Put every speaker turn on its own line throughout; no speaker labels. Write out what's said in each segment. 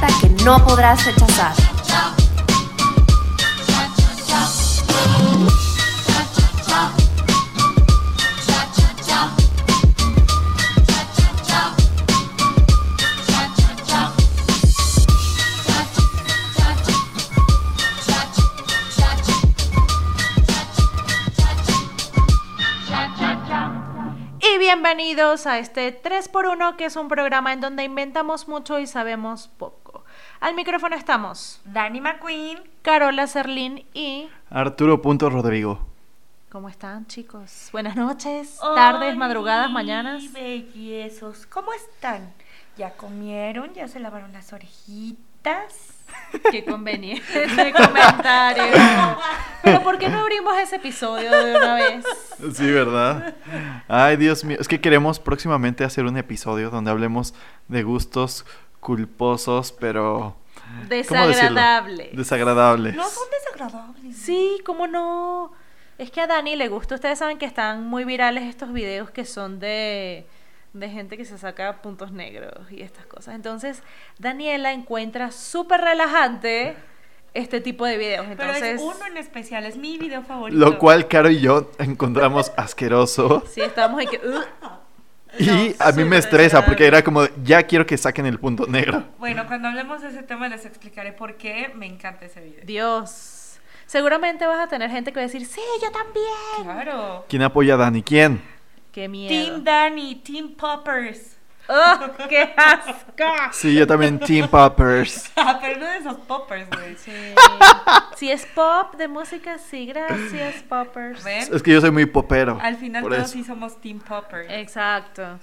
Este no podrás rechazar.
Y bienvenidos a este 3x1, que es un programa en donde inventamos mucho y sabemos poco. Al micrófono estamos
Danny McQueen.
Carola Serlín y...
Arturo.Rodrigo.
¿Cómo están, chicos? Buenas noches, tardes,
Oli,
madrugadas, mañanas.
Bellezos, ¿cómo están? ¿Ya comieron? ¿Ya se lavaron las orejitas?
Qué conveniente comentario. Pero ¿por qué no abrimos ese episodio de una vez?
Sí, ¿verdad? Ay, Dios mío. Es que queremos próximamente hacer un episodio donde hablemos de gustos culposos, pero... ¿cómo decirlo?
Desagradable.
Desagradables.
No son desagradables.
Sí, cómo no. Es que a Dani le gusta. Ustedes saben que están muy virales estos videos que son de, de gente que se saca puntos negros y estas cosas. Entonces, Daniela encuentra súper relajante este tipo de videos.
Pero
Entonces,
es uno en especial, es mi video favorito.
Lo cual Caro y yo encontramos asqueroso.
sí, estamos ahí que. uh, "Ugh".
Y
No,
a mí me
súper
estresa porque
desagradable.
era como, ya quiero que saquen el punto negro.
Bueno, cuando hablemos de ese tema les explicaré por qué me encanta ese video.
Dios. Seguramente vas a tener gente que va a decir, sí, yo también.
Claro.
¿Quién apoya a Dani? ¿Quién?
Qué miedo.
Team Danny, Team Poppers.
¡Oh, qué asco!
Sí, yo también, Team Poppers.
Ah, pero no de esos poppers, güey.
Sí. Si es pop de música, sí, gracias, poppers.
¿Ven?
Es que yo soy muy popero.
Al final
por
todos
eso.
sí somos Team Poppers.
Exacto.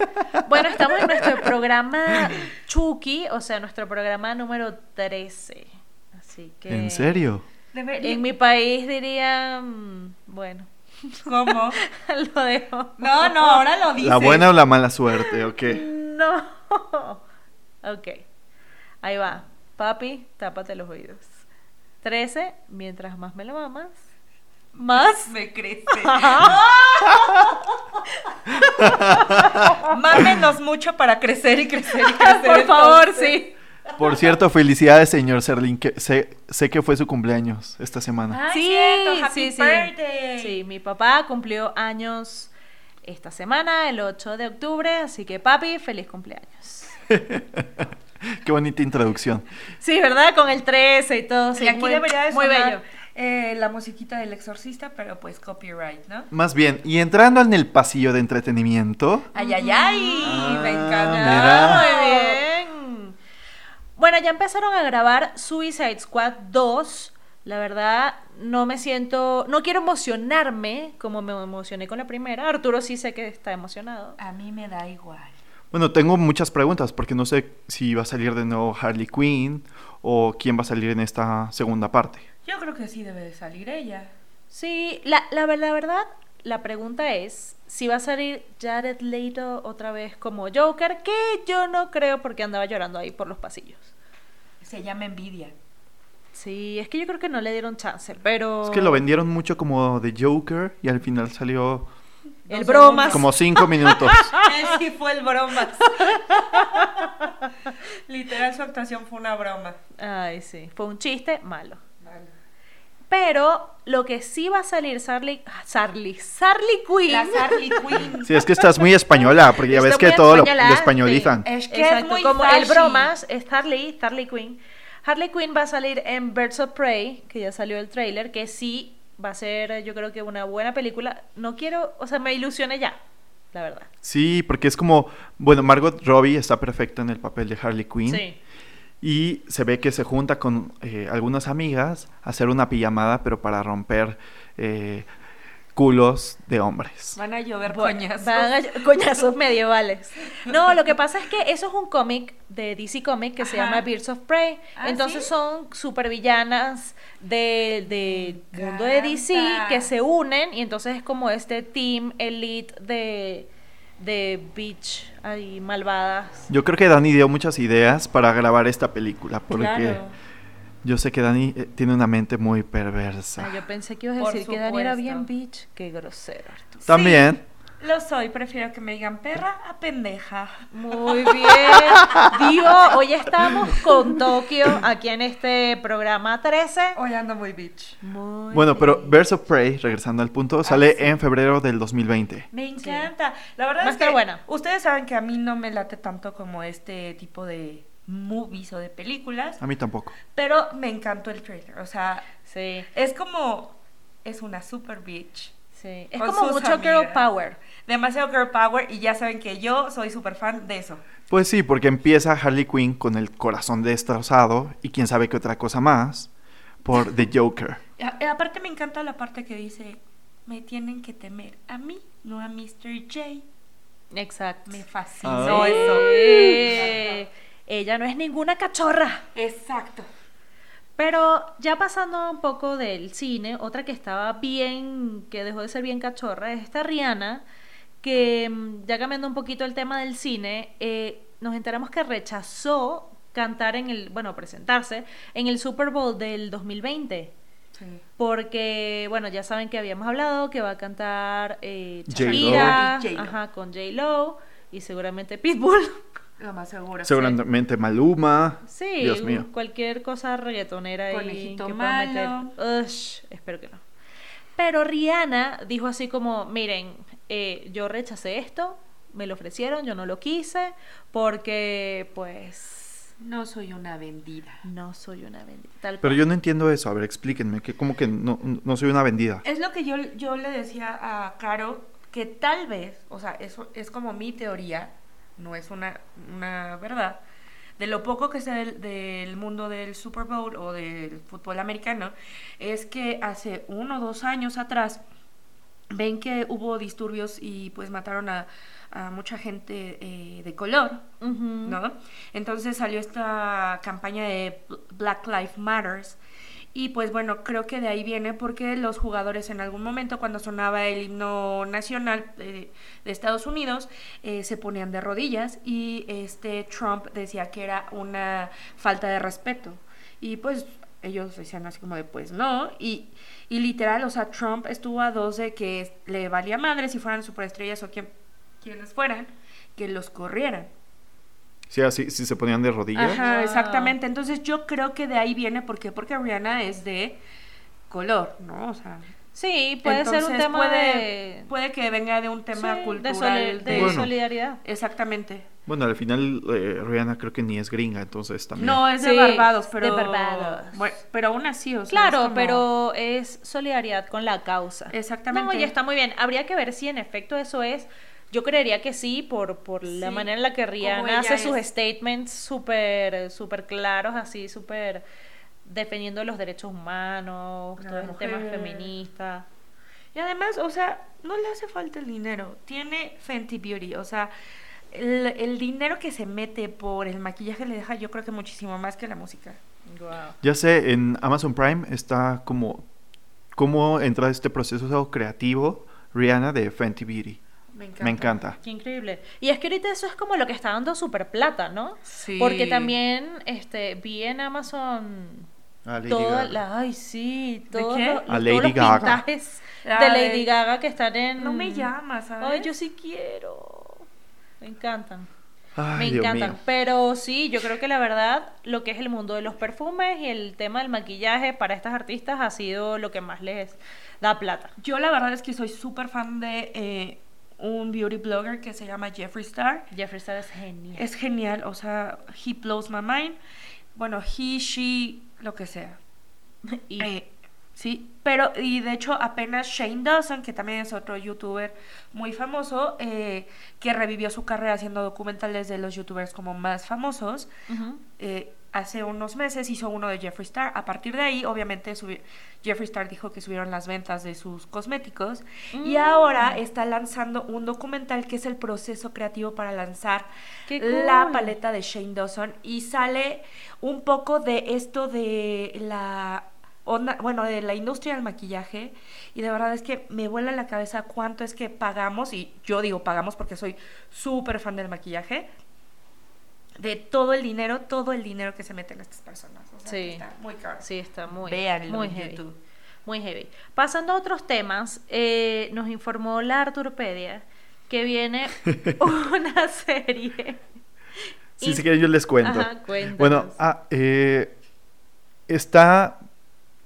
Bueno, estamos en nuestro programa Chucky, o sea, nuestro programa número 13. Así que.
¿En serio?
Debe-
En mi país dirían. Bueno,
¿Cómo?
lo dejo.
No, no, ahora lo dices.
¿La buena o la mala suerte? ¿O qué?
No. Ok. Ahí va. Papi, tápate los oídos. 13. Mientras más me lo mamas, más.
Me crece. Mámenos mucho para crecer y crecer y crecer.
Por favor,
entonces.
sí.
Por cierto, felicidades, señor Serlin, que sé, sé que fue su cumpleaños esta semana.
Ay,
sí,
cierto, happy
sí, sí.
birthday.
Sí, mi papá cumplió años esta semana, el 8 de octubre, así que papi, feliz cumpleaños.
Qué bonita introducción.
Sí, ¿verdad? Con el 13 y todo.
Y
Sí,
aquí
muy,
debería de
muy
sonar,
bello.
eh, la musiquita del exorcista, pero pues copyright, ¿no?
Más bien, y entrando en el pasillo de entretenimiento,
Ay, ay, ay.
Ah,
me encanta.
mira.
Ah, muy bien. Bueno, ya empezaron a grabar Suicide Squad 2. La verdad, no me siento, no quiero emocionarme como me emocioné con la primera. Arturo sí sé que está emocionado.
A mí me da igual.
bueno, tengo muchas preguntas porque no sé si va a salir de nuevo Harley Quinn o quién va a salir en esta segunda parte.
Yo creo que sí debe de salir ella.
Sí, la, la, ver- la verdad, la pregunta es si va a salir Jared Leto otra vez como Joker, que yo no creo porque andaba llorando ahí por los pasillos.
Se llama envidia.
Sí, es que yo creo que no le dieron chance, pero...
Es que lo vendieron mucho como de Joker y al final salió
El
Dos
bromas.
como cinco minutos.
Él sí fue el bromas. Literal, su actuación fue una broma.
Ay, sí, fue un chiste malo. Pero lo que sí va a salir Sarli... Sarli... Sarli Quinn.
La Harley Quinn.
Sí, es que estás muy española porque ya
Está
ves que
muy
todo lo,
española,
lo españolizan.
sí. Es que es
Exacto,
muy
como el
fashy.
bromas es Harley, Harley Quinn. Harley Quinn va a salir en Birds of Prey, que ya salió el tráiler, que sí va a ser, yo creo que una buena película. No quiero, o sea, me ilusioné ya, la verdad.
Sí, porque es como, bueno, Margot Robbie está perfecta en el papel de Harley Quinn.
Sí.
Y se ve que se junta con eh, algunas amigas a hacer una pijamada, pero para romper eh, culos de hombres.
Van a llover
Bueno,
coñazos.
van a- coñazos medievales. No, lo que pasa es que eso es un cómic de DC Comics que se
Ajá.
llama Birds of Prey.
Ah,
Entonces
¿sí?
son supervillanas del del
Me
mundo de DC
encanta.
que se unen y entonces es como este team elite de, de bitch ahí malvadas.
Yo creo que Dani dio muchas ideas para grabar esta película, porque
Claro.
yo sé que Dani eh, tiene una mente muy perversa.
Ay, yo pensé que ibas a
Por
decir que Dani era bien
supuesto.
bitch. Qué grosero. Arturo.
También,
Lo soy, prefiero que me digan perra a pendeja.
Muy bien. Dios, hoy estamos con Tokio aquí en este programa 13.
Hoy ando muy bitch.
Muy
Bueno, pero
bien. Ah,
Birds of Prey, regresando al punto, sale en febrero del 2020.
Me encanta. La verdad
Va a
es
estar
que
buena.
ustedes saben que a mí no me late tanto como este tipo de movies o de películas,
A mí tampoco.
pero me encantó el trailer. O sea,
Sí,
es como es una super bitch.
sí. Es
Con
como
sus
mucho girl
amigas.
power.
Demasiado girl power y ya saben que yo soy super fan de eso.
Pues sí, porque empieza Harley Quinn con el corazón destrozado y quién sabe qué otra cosa más por The Joker.
Y a- y aparte me encanta la parte que dice, me tienen que temer a mí, no a Mr. J.
Exacto.
Me
Sí.
fascinó
Ay.
eso.
Ella no es ninguna cachorra.
Exacto.
Pero ya pasando un poco del cine, otra que estaba bien, que dejó de ser bien cachorra, es esta Rihanna, que mm, ya cambiando un poquito el tema del cine, eh, nos enteramos que rechazó cantar en el, bueno, presentarse en el Super Bowl del 2020.
Sí.
Porque, bueno, ya saben que habíamos hablado que va a cantar eh,
J-Lo.
Shakira,
Y J-Lo.
ajá, con J-Lo y seguramente Pitbull.
Lo más seguro.
Seguramente Maluma.
Sí,
Dios
un-
mío.
cualquier cosa reggaetonera ahí
Conejito
que
malo.
pueda meter. Ush, espero que no. Pero Rihanna dijo así como, miren, eh, yo rechacé esto, me lo ofrecieron, yo no lo quise, porque pues
No soy una vendida.
no soy una bendita. Tal
Pero
cual.
yo no entiendo eso. A ver, explíquenme. Que como que no, no soy una vendida.
Es lo que yo, yo le decía a Caro, que tal vez, o sea, eso es como mi teoría, no es una, una verdad, de lo poco que sé del, del mundo del Super Bowl o del fútbol americano, es que hace uno o dos años atrás ven que hubo disturbios y pues mataron a, a mucha gente eh, de color,
Ujú.
¿no? Entonces salió esta campaña de Bl- Black Lives Matters. Y pues bueno, creo que de ahí viene porque los jugadores en algún momento cuando sonaba el himno nacional eh, de Estados Unidos eh, se ponían de rodillas y este Trump decía que era una falta de respeto. Y pues ellos decían así como de pues no. Y, y literal, o sea, Trump estuvo a dos de que le valía madre si fueran superestrellas o quien, quienes fueran, que los corrieran.
Sí, así, si se ponían de rodillas.
Ajá,
Wow.
exactamente. Entonces yo creo que de ahí viene, ¿por qué? Porque Rihanna es de color, ¿no? O sea,
Sí, puede ser un
entonces
tema
puede,
de...
puede que venga de un tema
sí, de
cultural.
soli- de
Bueno.
solidaridad.
Exactamente.
Bueno, al final eh, Rihanna creo que ni es gringa, entonces también.
No, es de
Sí,
Barbados,
de
pero.
Barbados.
Bueno, pero aún así, o sea.
Claro,
es como-
pero es solidaridad con la causa.
Exactamente.
No, y está muy bien. Habría que ver si en efecto eso es. Yo creería que sí, por, por la
Sí,
manera en la que
como
Rihanna
ella
hace sus
es.
statements súper súper claros, así súper defendiendo los derechos humanos,
La
todo el tema
mujer.
feminista.
Y además, o sea, no le hace falta el dinero. Tiene Fenty Beauty, o sea, el, el dinero que se mete por el maquillaje le deja, yo creo que muchísimo más que la música.
Ya sé, en Amazon Prime está como cómo entra este proceso creativo Rihanna de Fenty Beauty.
Me
Me encanta.
Qué increíble. Y es que ahorita eso es como lo que está dando súper plata, ¿no?
Sí.
Porque también este, vi en Amazon
Ah, Lady
toda
Gaga.
la, ay sí,
¿De
todos
qué?
los,
A
todos
Lady
los
Gaga.
pintajes de
Ay.
Lady Gaga que están en
No me llama, ¿sabes?
Ay, yo sí quiero. Me encantan.
Ay,
me
Dios
encantan.
mío.
Pero sí, yo creo que la verdad, lo que es el mundo de los perfumes y el tema del maquillaje para estas artistas ha sido lo que más les da plata.
Yo la verdad es que soy súper fan de eh, un beauty blogger que se llama Jeffree Star.
Jeffree Star es genial.
Es genial, o sea, he blows my mind. Bueno, he, she, lo que sea.
Y-
Eh, sí, pero y de hecho apenas Shane Dawson, que también es otro youtuber muy famoso, eh, que revivió su carrera haciendo documentales de los youtubers como más famosos,
Ujú.
eh, hace unos meses hizo uno de Jeffree Star. A partir de ahí, obviamente, subi- Jeffree Star dijo que subieron las ventas de sus cosméticos. Y
Mm.
ahora está lanzando un documental que es el proceso creativo para lanzar
¡Qué
la
cool!
paleta de Shane Dawson. Y sale un poco de esto de la onda, bueno, de la industria del maquillaje. Y de verdad es que me vuela la cabeza cuánto es que pagamos, y yo digo pagamos porque soy súper fan del maquillaje de todo el dinero, todo el dinero que se meten estas personas. O sea,
Sí.
que está muy caro.
Sí, está muy,
Véanlo
muy
en
heavy.
YouTube.
Muy heavy. Pasando a otros temas, eh, nos informó la Arturpedia que viene una serie.
Sí, si quieren yo les cuento.
Ajá, cuéntanos.
bueno, ah, eh, está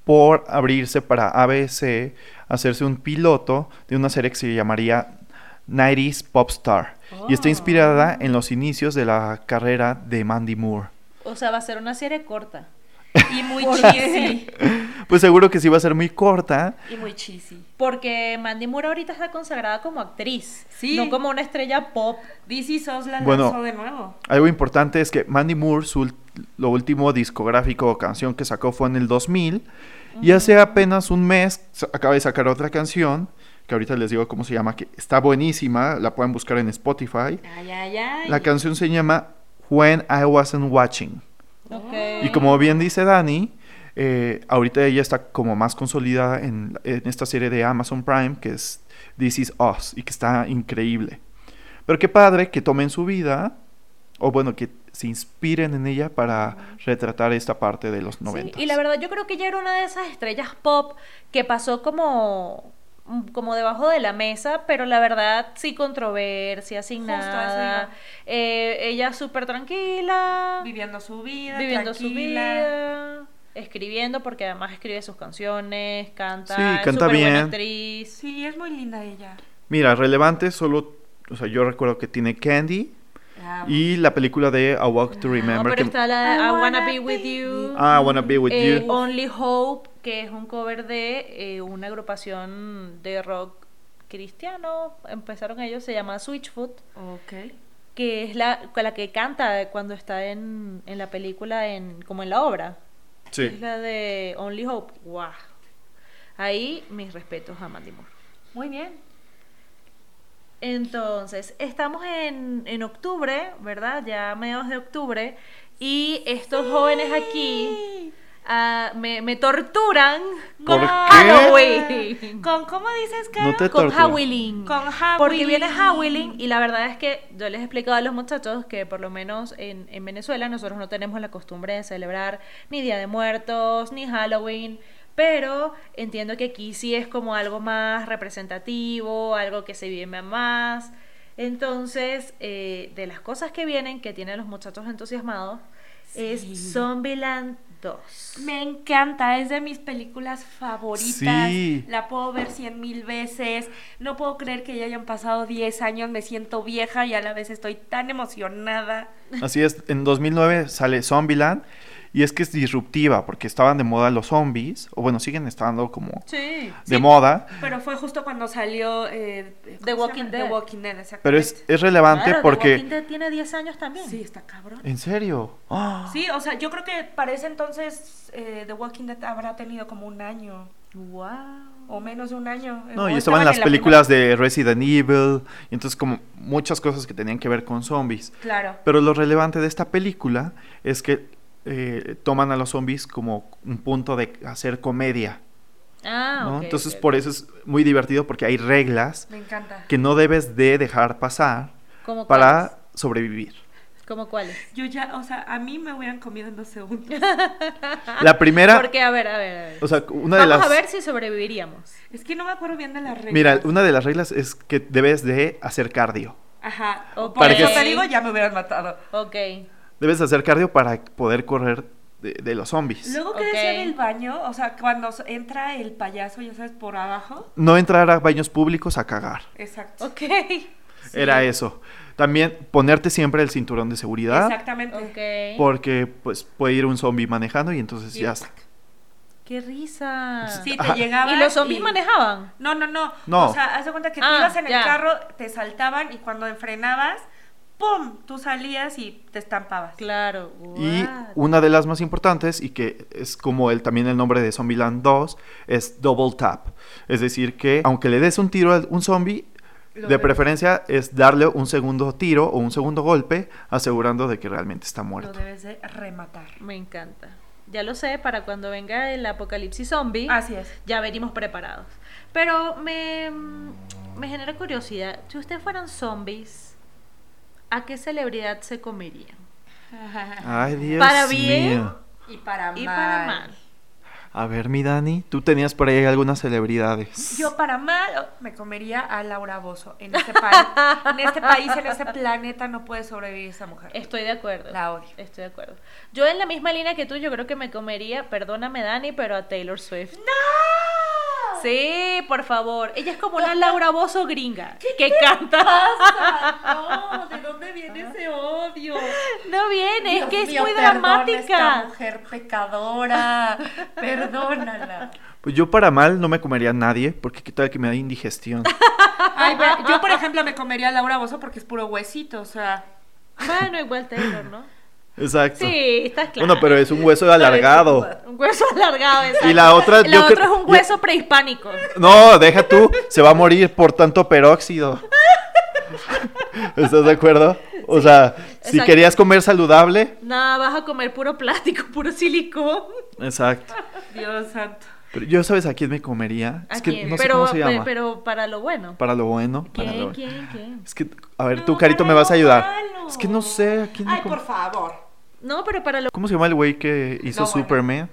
por abrirse para ABC hacerse un piloto de una serie que se llamaría 90s Popstar. Y está
Oh.
inspirada en los inicios de la carrera de Mandy Moore.
O sea, va a ser una serie corta.
Y muy
Porque
cheesy.
Pues seguro que sí va a ser muy corta.
Y muy cheesy.
Porque Mandy Moore ahorita está consagrada como actriz,
Sí.
no como una estrella pop.
DC SOS la
Bueno.
lanzó de nuevo.
Algo importante es que Mandy Moore, su ult- lo último discográfico o canción que sacó fue en el 2000. Y hace apenas un mes sa- acaba de sacar otra canción, que ahorita les digo cómo se llama, que está buenísima, la pueden buscar en Spotify.
Ay, ay, ay.
La canción se llama When I Wasn't Watching.
Ok.
Y como bien dice Dani, eh, ahorita ella está como más consolidada en, en esta serie de Amazon Prime que es This Is Us y que está increíble. Pero qué padre que tomen su vida, o bueno, que se inspiren en ella para retratar esta parte de los
Sí,
90.
y la verdad yo creo que ella era una de esas estrellas pop que pasó como mm, como debajo de la mesa, pero la verdad sí controversia, sin
Justo a eso
nada.
iba.
Eh, ella súper tranquila,
Viviendo su vida.
viviendo su
tranquila.
vida, escribiendo porque además escribe sus canciones, canta,
Sí,
es
canta
súper buena
bien.
actriz.
Sí, es muy linda ella.
Mira, relevante solo, o sea, yo recuerdo que tiene Candy
Ah,
y la película de A Walk to
No,
Remember.
Ah, pero
que-
está la de
I
I
Wanna
Wanna
Be
Be With You.
Ah, I Wanna Be With
eh,
You.
Only Hope, que es un cover de eh, una agrupación de rock cristiano, empezaron ellos, se llama Switchfoot,
ok.
que es la, con la que canta cuando está en, en la película, en, como en la obra. Es
Sí.
la de Only Hope. ¡Wow! Ahí mis respetos a Mandy Moore.
Muy bien.
Entonces, estamos en, en octubre, ¿verdad? Ya mediados de octubre. Y estos jóvenes aquí ah, me, me torturan
¿Por
con
qué?
Halloween.
¿Con cómo dices, Caro?
No te
Con
tortura.
Halloween.
Con Halloween.
Porque viene Halloween y la verdad es que yo les he explicado a los muchachos que por lo menos en, en Venezuela nosotros no tenemos la costumbre de celebrar ni Día de Muertos, ni Halloween, pero entiendo que aquí sí es como algo más representativo, algo que se vive más. Entonces, eh, de las cosas que vienen, que tienen los muchachos entusiasmados,
Sí.
es Zombieland 2.
Me encanta, es de mis películas favoritas.
Sí.
La puedo ver cien mil veces. No puedo creer que ya hayan pasado 10 años. Me siento vieja y a la vez estoy tan emocionada.
Así es, en 2009 sale Zombieland y es que es disruptiva porque estaban de moda los zombies, o bueno, siguen estando como
Sí.
de moda,
Pero fue justo cuando salió eh, ¿cómo se llama?
Walking
The
Dead.
Walking Dead, exactamente.
pero es, es relevante
Claro, The Walking
porque...
Dead tiene 10 años también.
Sí, está cabrón.
¿En serio? ¡Ah!
Sí, o sea, yo creo que para ese entonces eh, The Walking Dead habrá tenido como un año
Wow.
o menos de un año.
No,
O
y estaban las
en la
películas de Resident Evil, y entonces como muchas cosas que tenían que ver con zombies.
primera- Claro.
Pero lo relevante de esta película es que eh, toman a los zombies como un punto de hacer comedia.
Ah,
¿no?
ok,
entonces
ok,
por eso es muy divertido porque hay reglas
Me encanta.
que no debes de dejar pasar
¿Cómo
para sobrevivir.
cuáles? ¿Cómo cuáles?
Yo ya, o sea, a mí me hubieran comido en dos segundos.
La primera,
Porque, a ver, a ver, a ver.
o sea, una de
Vamos
las
a ver si sobreviviríamos.
Es que no me acuerdo bien de las reglas.
Mira, una de las reglas es que debes de hacer cardio.
Ajá.
Ok.
Por eso
Para que-
te digo, ya me hubieran matado.
Ok.
Debes de hacer cardio para poder correr de, de los zombies.
Luego que
Ok.
decía del baño, o sea, cuando s- entra el payaso, ya sabes, por abajo.
No entrar a baños públicos a cagar.
Exacto.
Ok.
Era eso. También ponerte siempre el cinturón de seguridad.
Exactamente.
Ok.
Porque pues puede ir un zombie manejando y entonces
Y-
ya.
¡Qué risa!
Sí, te
Ajá.
llegaba.
¿Y los zombies manejaban?
No, no, no.
No.
O sea, haz de cuenta que tú
Ah,
ibas en el
ya.
carro, te saltaban y cuando enfrenabas, ¡pum! Tú salías y te estampabas.
Claro.
Y
What?
una de las más importantes y que es como el, también el nombre de Zombieland 2 es Double Tap. Es decir que aunque le des un tiro a un zombie,
Lo
de
de-
preferencia es darle un segundo tiro o un segundo golpe asegurando de que realmente está
Lo
muerto.
debes de rematar.
Me encanta. Ya lo sé, para cuando venga el apocalipsis zombie,
Así es.
ya venimos preparados. Pero me, me genera curiosidad. Si ustedes fueran zombies, ¿a qué celebridad se comerían?
Ay, Dios
Para bien
mío.
Y para
Y para mal.
A ver, mi Dani, tú tenías por ahí algunas celebridades.
Yo para mal me comería a Laura Bozo. En este, pa- en este país, en este planeta no puede sobrevivir esa mujer.
Estoy de acuerdo.
La odio.
Estoy de acuerdo. Yo en la misma línea que tú, yo creo que me comería, perdóname Dani, pero a Taylor Swift.
¡No!
Sí, por favor. Ella es como una Laura Bozo gringa que canta.
pasa? No, ¿de dónde viene ese odio?
No viene, es
Dios
que es
mío,
muy
perdona Esta
dramática.
mujer pecadora, perdónala.
Pues yo para mal no me comería a nadie, porque qué tal que me da indigestión.
Ay, ve- yo, por ejemplo, me comería a Laura Bozo porque es puro huesito, o sea.
Bueno, igual Taylor, ¿no?
Exacto.
Sí, estás claro.
Bueno, pero es un hueso alargado.
Un hueso alargado, exacto.
la otra, yo
otra
cre-
es un
yo-
hueso prehispánico.
No, deja tú, se va a morir por tanto peróxido. ¿Estás de acuerdo? O sea, si
exacto.
querías comer saludable,
Nada, vas a comer puro plástico, puro silicón.
exacto.
Dios santo.
Pero yo sabes a quién me comería.
¿A
es que
quién?
no sé
pero,
cómo se
pero-
llama.
pero para lo bueno.
Para lo bueno. para lo
¿Quién, quién,
bueno.
quién?
Es que, a ver, tú,
No,
Carito, me
para
vas a
lo
ayudar.
malo.
Es que no sé a quién. me
Ay,
com-
por favor.
No, pero para lo
¿Cómo se llama el güey que hizo
No, bueno.
Superman?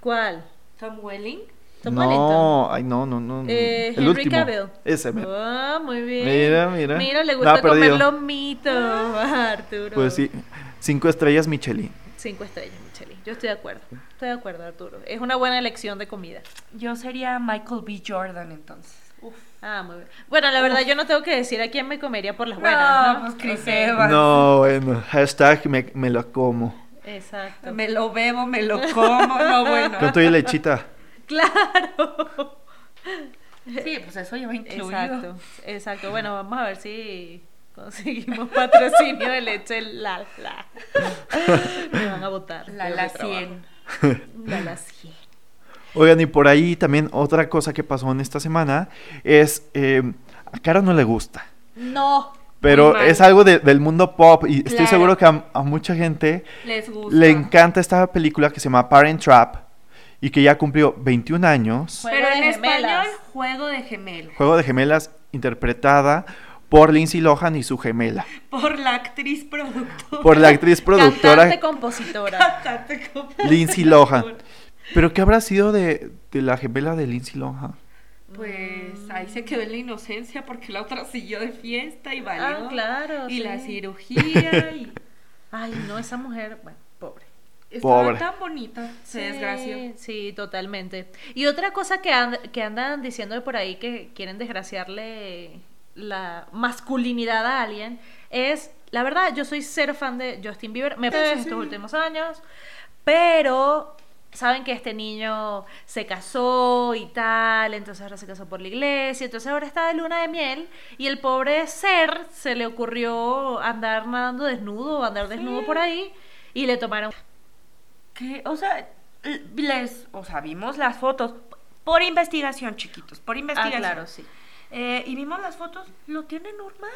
¿Cuál?
Tom Welling.
Tom
no,
Wellington.
ay, no, no, no. no.
Eh,
el
Henry
último.
Cavill.
Ese, me-
Ah, muy bien.
Mira, mira.
Mira, le gusta
Nada perdido.
comer los mitos, Arturo.
Pues sí, cinco estrellas Michelin.
Cinco estrellas, Michelin. Yo estoy de acuerdo. Estoy de acuerdo, Arturo. Es una buena elección de comida.
Yo sería Michael B. Jordan entonces. Uf.
Ah, muy bien. Bueno, la verdad, yo no tengo que decir a quién me comería por las
No,
buenas. No,
pues Chris
Ok.
Evans.
No, bueno, hashtag me, me lo como.
Exacto.
Me lo bebo, me lo como, no bueno.
Con y lechita.
Claro.
Sí, pues eso lleva incluido.
Exacto, exacto. Bueno, vamos a ver si conseguimos patrocinio de leche la la. Me van a votar.
La
de
la
mi trabajo.
100.
La la 100.
Oigan, y por ahí también otra cosa que pasó en esta semana es, eh, a Cara no le gusta,
No.
pero
mal.
es algo de- del mundo pop y estoy
Claro.
seguro que a, a mucha gente
Les gusta.
le encanta esta película que se llama Parent Trap y que ya cumplió 21 años.
Pero en
Juego de gemelas.
español, juego de gemelos.
Juego de gemelas interpretada por Lindsay Lohan y su gemela,
Por la actriz productora.
por la actriz
Cantante
productora
compositora.
Lindsay Lohan. Pero ¿qué habrá sido de, de la gemela de Lindsay Lohan?
Pues ahí se quedó en la inocencia porque la otra siguió de fiesta y valió.
Ah, claro,
Y
sí.
la cirugía y...
Ay, no, esa mujer, bueno, pobre.
Estaba
Pobre.
tan bonita. Se desgració.
Sí, totalmente. Y otra cosa que, and- que andan diciendo por ahí que quieren desgraciarle la masculinidad a alguien es, la verdad, yo soy cero fan de Justin Bieber, me puse estos últimos años, pero saben que este niño se casó y tal, entonces ahora se casó por la iglesia, entonces ahora está de luna de miel y el pobre ser se le ocurrió andar nadando desnudo, andar desnudo por ahí y le tomaron
Que, o sea, les, o sea, vimos las fotos por investigación, chiquitos, por
Ah,
investigación.
claro, sí.
Eh, y vimos las fotos, lo tiene normal,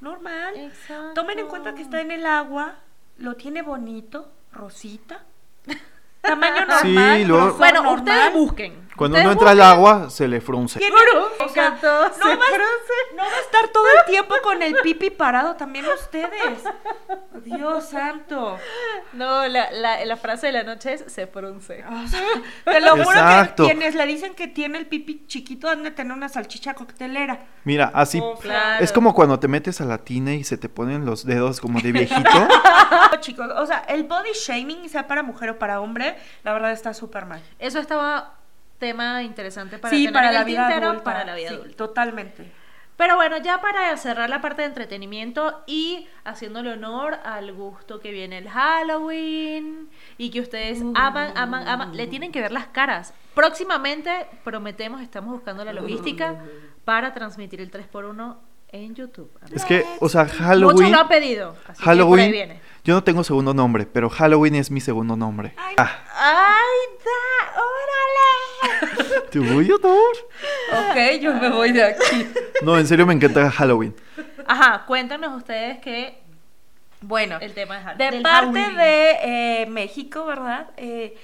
normal.
Exacto.
Tomen en cuenta que está en el agua, lo tiene bonito, rosita. Tamaño
Sí,
normal.
luego-
grosor
Bueno,
normal.
ustedes busquen.
Cuando
Ustedes
uno entra al
busquen.
agua, se le frunce.
Tiene-
Claro,
o sea, no, va,
entonces, pero
no va a estar todo el tiempo con el pipi parado, también ustedes. Dios santo.
No, la, la, la frase de la noche es se frunce.
O sea, te lo juro
Exacto.
que quienes le dicen que tiene el pipi chiquito han de tener una salchicha coctelera.
Mira, así
O sea,
Oh, Claro.
es como cuando te metes a la tina y se te ponen los dedos como de viejito.
No, chicos, o sea, el body shaming, sea para mujer o para hombre, la verdad está súper mal.
Eso estaba tema interesante para
sí,
tener
para
en
la,
el
vida
tintero,
adulta,
para la vida
sí,
adulta.
Totalmente.
Pero bueno, ya para cerrar la parte de entretenimiento y haciéndole honor al gusto que viene el Halloween y que ustedes
Mm.
aman, aman, aman, le tienen que ver las caras. Próximamente, prometemos, estamos buscando la logística para transmitir el 3x1 en YouTube.
es que, o sea,
Muchos
Halloween.
lo han pedido. así que por ahí
Halloween.
viene.
Yo no tengo segundo nombre, pero Halloween es mi segundo nombre. Ah,
¡Ay, da! ¡Órale!
¿tuyo, no?
Ok, yo me voy de aquí.
No, en serio me encanta Halloween.
Ajá, cuéntanos ustedes que
Bueno,
el tema es
de
del
parte
Halloween.
de eh, México, ¿verdad? Eh,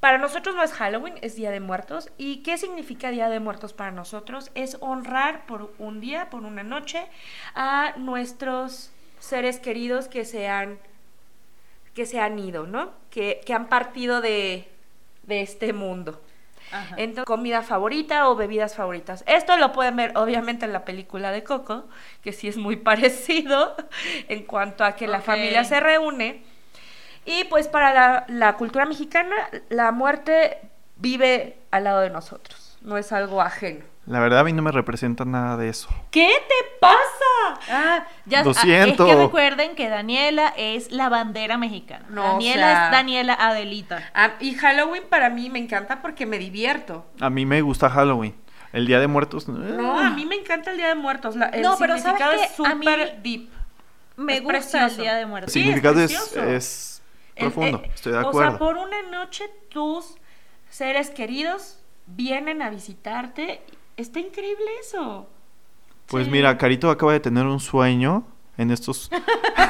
para nosotros no es Halloween, es Día de Muertos. ¿Y qué significa Día de Muertos para nosotros? Es honrar por un día, por una noche, a nuestros seres queridos que se han, que se han ido, ¿no? Que, que han partido de, de este mundo.
Ajá.
Entonces, comida favorita o bebidas favoritas. Esto lo pueden ver obviamente en la película de Coco, que sí es muy parecido en cuanto a que la
Ok.
familia se reúne. Y pues para la, la cultura mexicana, la muerte vive al lado de nosotros, no es algo ajeno.
La verdad a mí no me representa nada de eso.
¿Qué te pasa?
Ah, ya
Lo
ah,
siento.
es que recuerden que Daniela es la bandera mexicana.
No,
Daniela
o sea-
es Daniela Adelita.
Ah, y Halloween para mí me encanta porque me divierto.
A mí me gusta Halloween. El Día de Muertos. eh,
No, a mí me encanta el Día de Muertos. La- el
Mm. No, pero ¿sabes
significado es
qué? A mí-
súper deep.
Me
Es
gusta el
precioso.
Día de
El
Muertos.
Sí.
significado
es
es,
precioso.
es
El-
profundo,
eh,
estoy de
O
acuerdo.
sea, por una noche tus seres queridos vienen a visitarte. Está increíble eso.
Pues
Sí.
mira, Carito acaba de tener un sueño en estos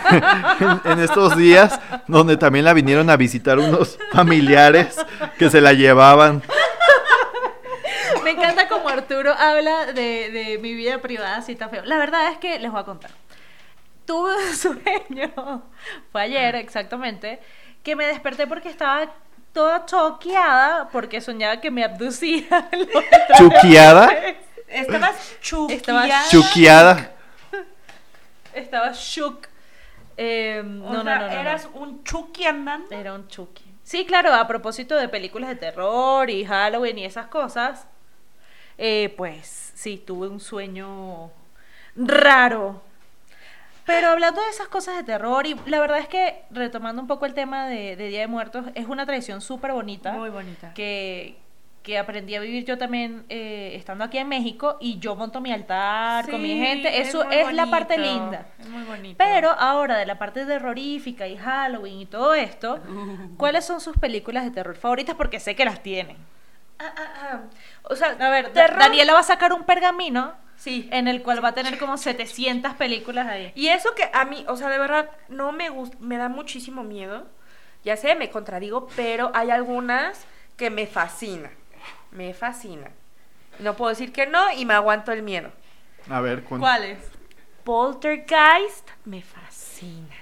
en, en estos días donde también la vinieron a visitar unos familiares que se la llevaban.
Me encanta como Arturo habla de, de mi vida privada, si está feo. La verdad es que les voy a contar. Tuve un sueño, fue ayer exactamente, que me desperté porque estaba toda choqueada porque soñaba que me abducía.
Chuquiada,
Estabas chuqueada.
Eh, Estabas
chuquiada.
Estaba shook. Eh,
O
no,
sea,
no, no, no, no.
eras un chuki andando.
Era un Chucky. Sí, claro, a propósito de películas de terror y Halloween y esas cosas, eh, pues sí, tuve un sueño raro. Pero hablando de esas cosas de terror, y la verdad es que retomando un poco el tema de, de Día de Muertos, es una tradición súper bonita
Muy bonita.
que, que aprendí a vivir yo también eh, estando aquí en México y yo monto mi altar con mi gente. Eso es, la parte linda.
Es muy bonito.
Pero ahora de la parte terrorífica y Halloween y todo esto, ¿cuáles son sus películas de terror favoritas? Porque sé que las tienen.
Ah, ah, ah. O sea,
A ver, Da-
terror-
Daniela va a sacar un pergamino
Sí.
en el cual va a tener como 700 películas ahí.
Y eso que a mí, o sea, de verdad, no me gusta, me da muchísimo miedo. Ya sé, me contradigo, pero hay algunas que me fascinan. Me fascinan. No puedo decir que no y me aguanto el miedo.
A ver, cuán-
¿Cuáles?
Poltergeist me fascina.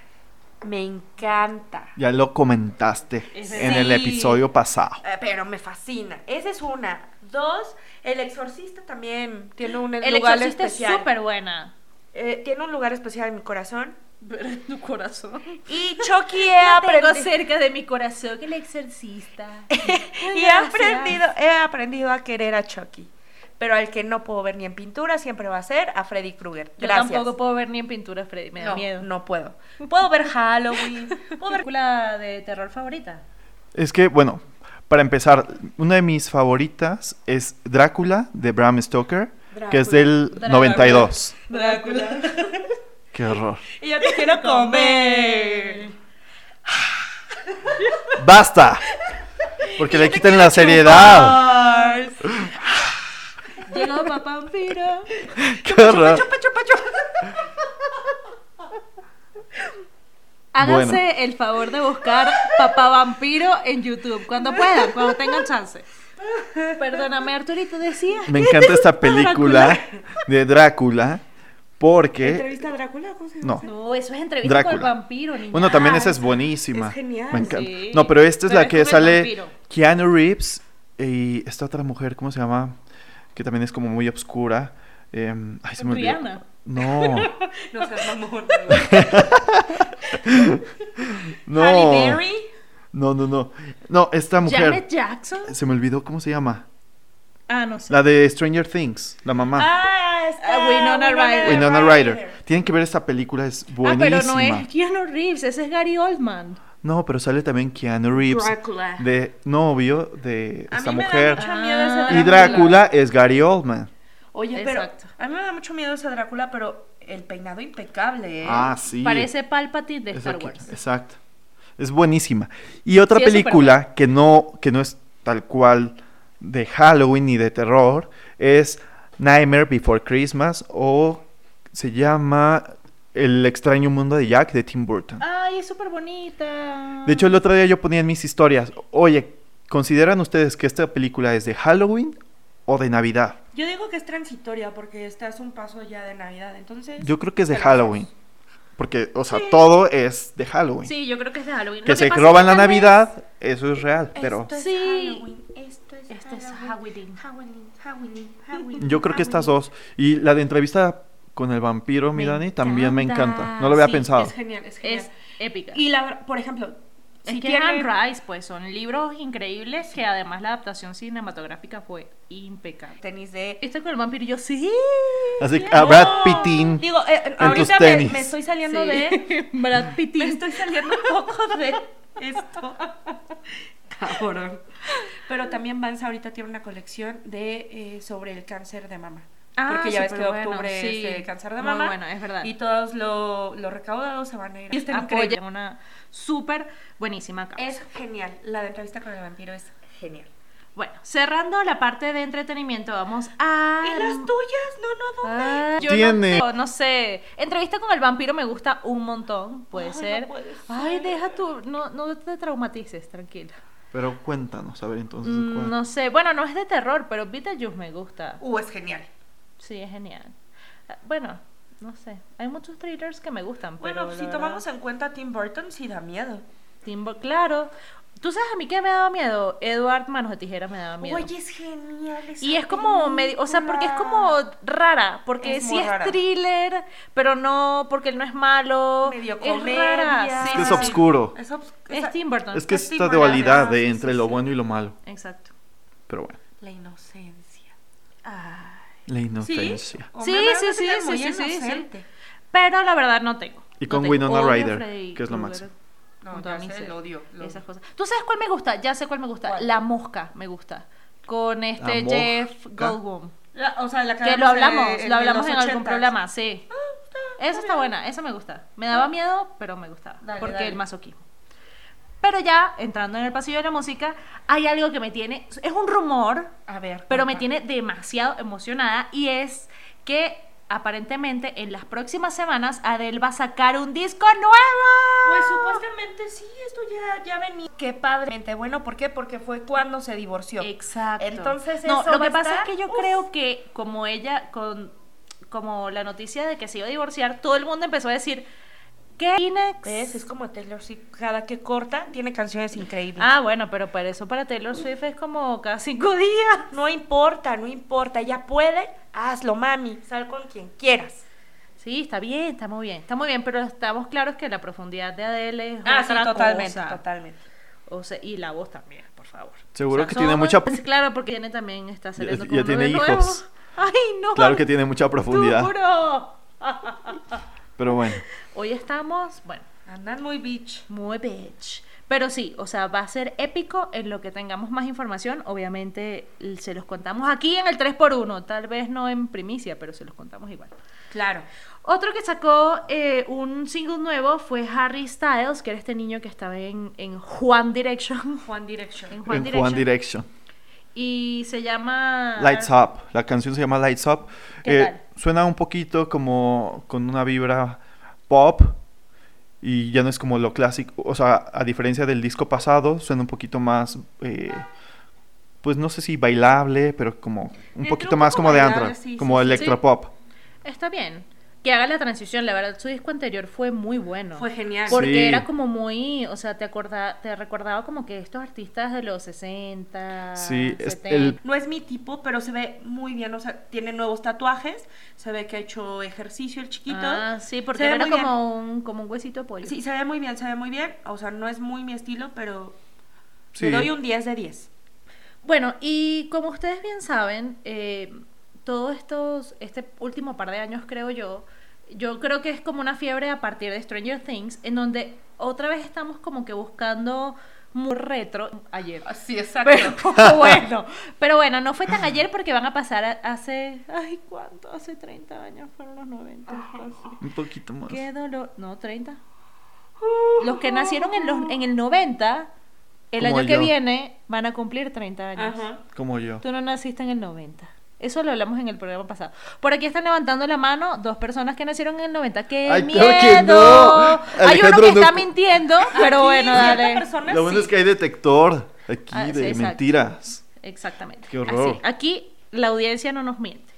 Me encanta.
ya lo comentaste
Sí.
en el episodio pasado.
Eh, Pero me fascina. Esa es una. Dos, El Exorcista también tiene un
El
lugar
exorcista
especial.
es súper buena.
Eh, tiene un lugar especial en mi corazón.
Pero en tu corazón.
Y Chucky he aprendido.
Tengo cerca de mi corazón el exorcista.
y he aprendido, he aprendido a querer a Chucky. Pero al que no puedo ver ni en pintura siempre va a ser a Freddy Krueger.
Yo
Gracias.
tampoco puedo ver ni en pintura, Freddy. Me da
no,
miedo.
no puedo. Puedo ver Halloween. puedo ver...
película de terror favorita?
Es que, bueno, para empezar, una de mis favoritas es Drácula de Bram Stoker, que es del
Drácula.
92.
Drácula.
Qué horror.
Y yo te quiero comer.
¡Basta! Porque le quitan la seriedad.
Ay,
Llegó papá vampiro.
¡Qué horror!
Chupa, chupa, chupa.
Háganse
Bueno.
el favor de buscar Papá Vampiro en YouTube, cuando puedan, cuando tengan chance. Perdóname, Arturito, decía.
Me encanta esta película de Drácula porque...
¿Entrevista a Drácula? ¿Cómo se llama?
No.
No, eso es entrevista
Drácula.
con el vampiro, niña.
Bueno, también esa es buenísima.
es genial.
Me encanta.
Sí.
No, pero esta es
Pero
la
es
que
con el
sale
vampiro.
Keanu Reeves y esta otra mujer, ¿cómo se llama? Que también es como muy obscura. Em, ay, se me olvidó.
Rihanna.
No,
No seas mamón. Halle
no.
Berry.
No, no, no. No, esta mujer.
Janet Jackson.
Se me olvidó cómo se llama.
Ah, no sé.
La de Stranger Things, la mamá.
Ah, está.
Ah, Winona Ryder.
Winona Ryder. Tienen que ver esta película, es buenísima.
Ah, pero no es Keanu Reeves, ese es Gary Oldman.
No, pero sale también Keanu Reeves
Drácula.
de novio de
A
esta
mí me da
mujer.
mucho miedo ese
Ah.
Y Drácula es Gary Oldman.
Oye, pero
Exacto.
a mí me da mucho miedo esa Drácula, pero el peinado impecable, ¿eh?
Ah, sí.
Parece Palpatine de
Es
Star
aquí-
Wars.
Exacto. Es buenísima. Y otra
Sí, es
película que no, que no es tal cual de Halloween ni de terror es Nightmare Before Christmas o se llama El extraño mundo de Jack de Tim Burton.
Ay, es súper bonita.
De hecho, el otro día yo ponía en mis historias, oye, ¿consideran ustedes que esta película es de Halloween o de Navidad?
Yo este digo que es transitoria porque estás un paso ya de Navidad, entonces...
Yo creo que es de
te la
Halloween.
pasas.
Porque, o sea, todo es de Halloween.
Sí, yo creo que es de Halloween.
pues. que
Lo
se
pasa
roban
es
la
que tal vez-
Navidad, eso es real, pero
es Sí. Halloween,
Esto es
Esto es Halloween.
Halloween.
yo
Ah,
creo que estas dos. Y la de entrevista con el vampiro, mi
Me
Dani, también me encanta.
encanta.
No lo había
Sí,
pensado.
Es genial, es genial.
Es épica.
Y la, ver- por ejemplo,
es
si
que
tienen-
Anne Rice, pues son libros increíbles que además la adaptación cinematográfica fue impecable.
tenis de
Esto con el vampiro, yo sí.
Así que
claro.
a Brad Pittin.
Digo, eh,
tus
ahorita me-
tenis.
Me, estoy saliendo
Sí.
de
Brad Pitt.
me estoy saliendo un poco de esto. Cabrón. Pero también Vance ahorita tiene una colección de eh, sobre el cáncer de mama.
Ah,
Porque ya ves que
superbueno,
octubre
sí.
es el cáncer de
Muy
mama.
bueno, es verdad.
Y todos lo, lo recaudado se van a ir. Está increíble.
Apoya una súper buenísima causa.
Es genial. La de entrevista con el vampiro es genial.
Bueno, cerrando la parte de entretenimiento, vamos a...
¿Y las tuyas? No, no, ¿dónde?
Ah, yo no
Tiene.
tengo, No, sé. Entrevista con el vampiro me gusta un montón. Puede
Ay,
ser.
no puede
Ay,
ser.
deja tu. No, no te traumatices, tranquila.
Pero cuéntanos, a ver entonces.
Mm,
¿cuál?
No sé. Bueno, no es de terror, pero Beetlejuice me gusta.
Uh, es genial.
Sí, es genial. Ah, Bueno, no sé. Hay muchos thrillers que me gustan, pero.
Bueno, si tomamos en cuenta a Tim Burton, sí da miedo.
Timbo, claro. ¿Tú sabes a mí qué me daba miedo? Edward Manos de Tijera me daba miedo.
Oye, es genial. esa
Y es como medio, o sea, porque es como
película.
rara, porque
Es
sí
muy
es
rara.
thriller, pero no, porque él no es malo.
Medio
es
comedia.
rara, sí,
Es que es
sí.
oscuro.
Es, obs-
Es
esa-
Tim Burton.
Es que
es
esta
Tim
dualidad
Burton,
de
sí, sí,
entre lo
sí.
bueno y lo malo.
Exacto.
Pero bueno,
La inocencia.
Ah.
la inocencia.
Hombre,
Sí,
Homero
sí,
no es
sí,
tan
sí,
muy
sí, sí, sí.
inocente.
Pero la verdad no tengo.
Y
No
con
tengo.
Winona
Odio a
Ryder,
Freddy
que es lo
Krueger
máximo.
No,
con
ya
toda mi
sé,
ser.
lo odio, lo
Esas
odio.
cosas. ¿Tú sabes cuál me gusta? Ya sé cuál me gusta.
¿Cuál?
La mosca me gusta. Con este
La
Jeff
mosca.
Goldblum.
La- o sea, la
Que lo hablamos, lo hablamos en algún
problema
programa, sí. Esa está buena, esa me gusta. Me daba miedo, pero me gustaba.
Ah. Dale,
porque
dale.
el masoquismo. Pero ya, entrando en el pasillo de la música, hay algo que me tiene. Es un rumor,
A ver.
pero me
cuenta.
tiene demasiado emocionada. Y es que aparentemente en las próximas semanas Adele va a sacar un disco
Pues
nuevo.
supuestamente sí, esto ya, ya venía. Qué padre. Bueno, ¿por qué? Porque fue cuando se divorció.
Exacto.
Entonces,
no,
eso
lo
va
que
a
pasa
estar-
es que yo
Uf.
creo que como ella con como la noticia de que se iba a divorciar, todo el mundo empezó a decir ¿Qué Inex?
¿Ves? Es como Taylor Swift. Cada que corta tiene canciones increíbles.
Ah, bueno, pero para eso para Taylor Swift es como cada cinco días.
No importa, no importa. Ya puede. Hazlo, mami. Sal con quien quieras.
Sí, está bien, está muy bien, está muy bien, pero estamos claros que la profundidad de Adele es otra Ah, cosa.
totalmente.
O sea, y la voz también, por favor.
Seguro
O sea,
que tiene
somos-
mucha-
Claro, porque tiene también está saliendo
ya
con uno
tiene
de nuevo.
hijos.
Ay, no.
Claro que tiene mucha profundidad.
duro.
Pero bueno,
Hoy estamos, bueno,
Andan muy bitch.
Muy bitch. Pero sí, o sea, va a ser épico en lo que tengamos más información. Obviamente l- se los contamos aquí en el 3x1. Tal vez no en primicia, pero se los contamos igual.
Claro.
Otro que sacó eh, un single nuevo fue Harry Styles, que era este niño que estaba en, en Juan Direction.
One Direction.
En Juan
en
Direction.
One Direction.
Y se llama...
Lights Up. La canción se llama Lights Up.
¿Qué
Eh,
tal?
Suena un poquito como con una vibra pop y ya no es como lo clásico. O sea, a diferencia del disco pasado, suena un poquito más, eh, pues no sé si bailable, pero como un
un
poquito
poco
más como de
bailable,
andra,
sí, sí,
como
sí, sí.
electropop.
Está bien. Que haga la transición. La verdad, su disco anterior fue muy bueno.
Fue genial.
Porque
Sí.
era como muy, o sea, te acorda, te recordaba como que estos artistas de los 60,
Sí, es-
70.
el-
No es mi tipo, pero se ve muy bien. O sea, tiene nuevos tatuajes. Se ve que ha hecho ejercicio el chiquito.
Ah, sí, porque
Se ve
era
muy bien.
como un, como un huesito de pollo.
Sí, se ve muy bien, se ve muy bien. O sea, no es muy mi estilo, pero
Sí.
le doy un 10 de 10.
Bueno, y como ustedes bien saben, eh, todos estos, este último par de años creo yo, yo creo que es como una fiebre a partir de Stranger Things, en donde otra vez estamos como que buscando muy retro ayer.
Sí, exacto.
Pero bueno, pero bueno, no fue tan ayer porque van a pasar a- hace, ay, ¿cuánto? Hace 30 años, fueron los 90. casi.
Un poquito más.
Qué dolor, no, 30. Los que nacieron en, los, en el 90, el
Como
año que
yo.
viene, van a cumplir 30 años.
Ajá.
Como yo.
Tú no naciste en el 90. Eso lo hablamos en el programa pasado. Por aquí están levantando la mano dos personas que nacieron en el 90. ¡Qué
Ay,
miedo!
claro
Hay
que no.
uno
Alejandro,
que está
no-
mintiendo, pero
Aquí,
bueno,
cierta
dale.
persona
Lo bueno
sí.
es que hay detector aquí
Ah, sí,
de
exacto.
mentiras.
Exactamente.
Qué horror.
Así, aquí la audiencia no nos miente.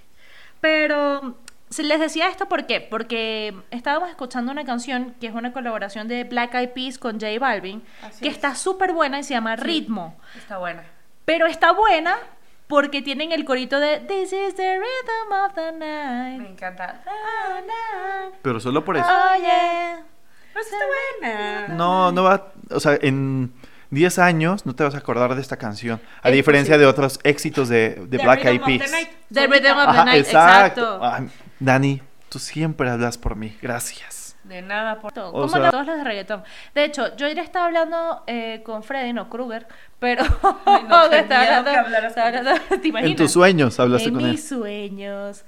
Pero se- les decía esto ¿por qué? porque estábamos escuchando una canción que es una colaboración de Black Eyed Peas con J Balvin,
Así
que
es.
está súper buena y se llama
Sí.
Ritmo.
Está buena.
Pero está buena porque tienen el corito de This is the rhythm of the
Me
night.
encanta.
Oh, night.
Pero solo
Ah,
por eso.
Oh, yeah.
Pero sí está buena.
No, no va. O sea, en 10 años no te vas a acordar de esta canción. A
Es
diferencia
posible.
de otros éxitos de, de
The
Black
Rhythm
Eyed
of the
Peas.
Night.
The Eh, Rhythm of the
Ajá,
Night, exacto.
Ay, Dani, tú siempre hablas por mí. Gracias.
De nada, por todo.
Como
sea-
todos los de reggaetón. De hecho, yo ya estaba hablando eh, con Freddy, no Krueger, pero.
Ay, no, qué
estaba
miedo
hablando-
que hablaras
estaba
con él.
hablando- ¿Te imaginas?
En tus sueños hablaste
en
con él.
mis sueños.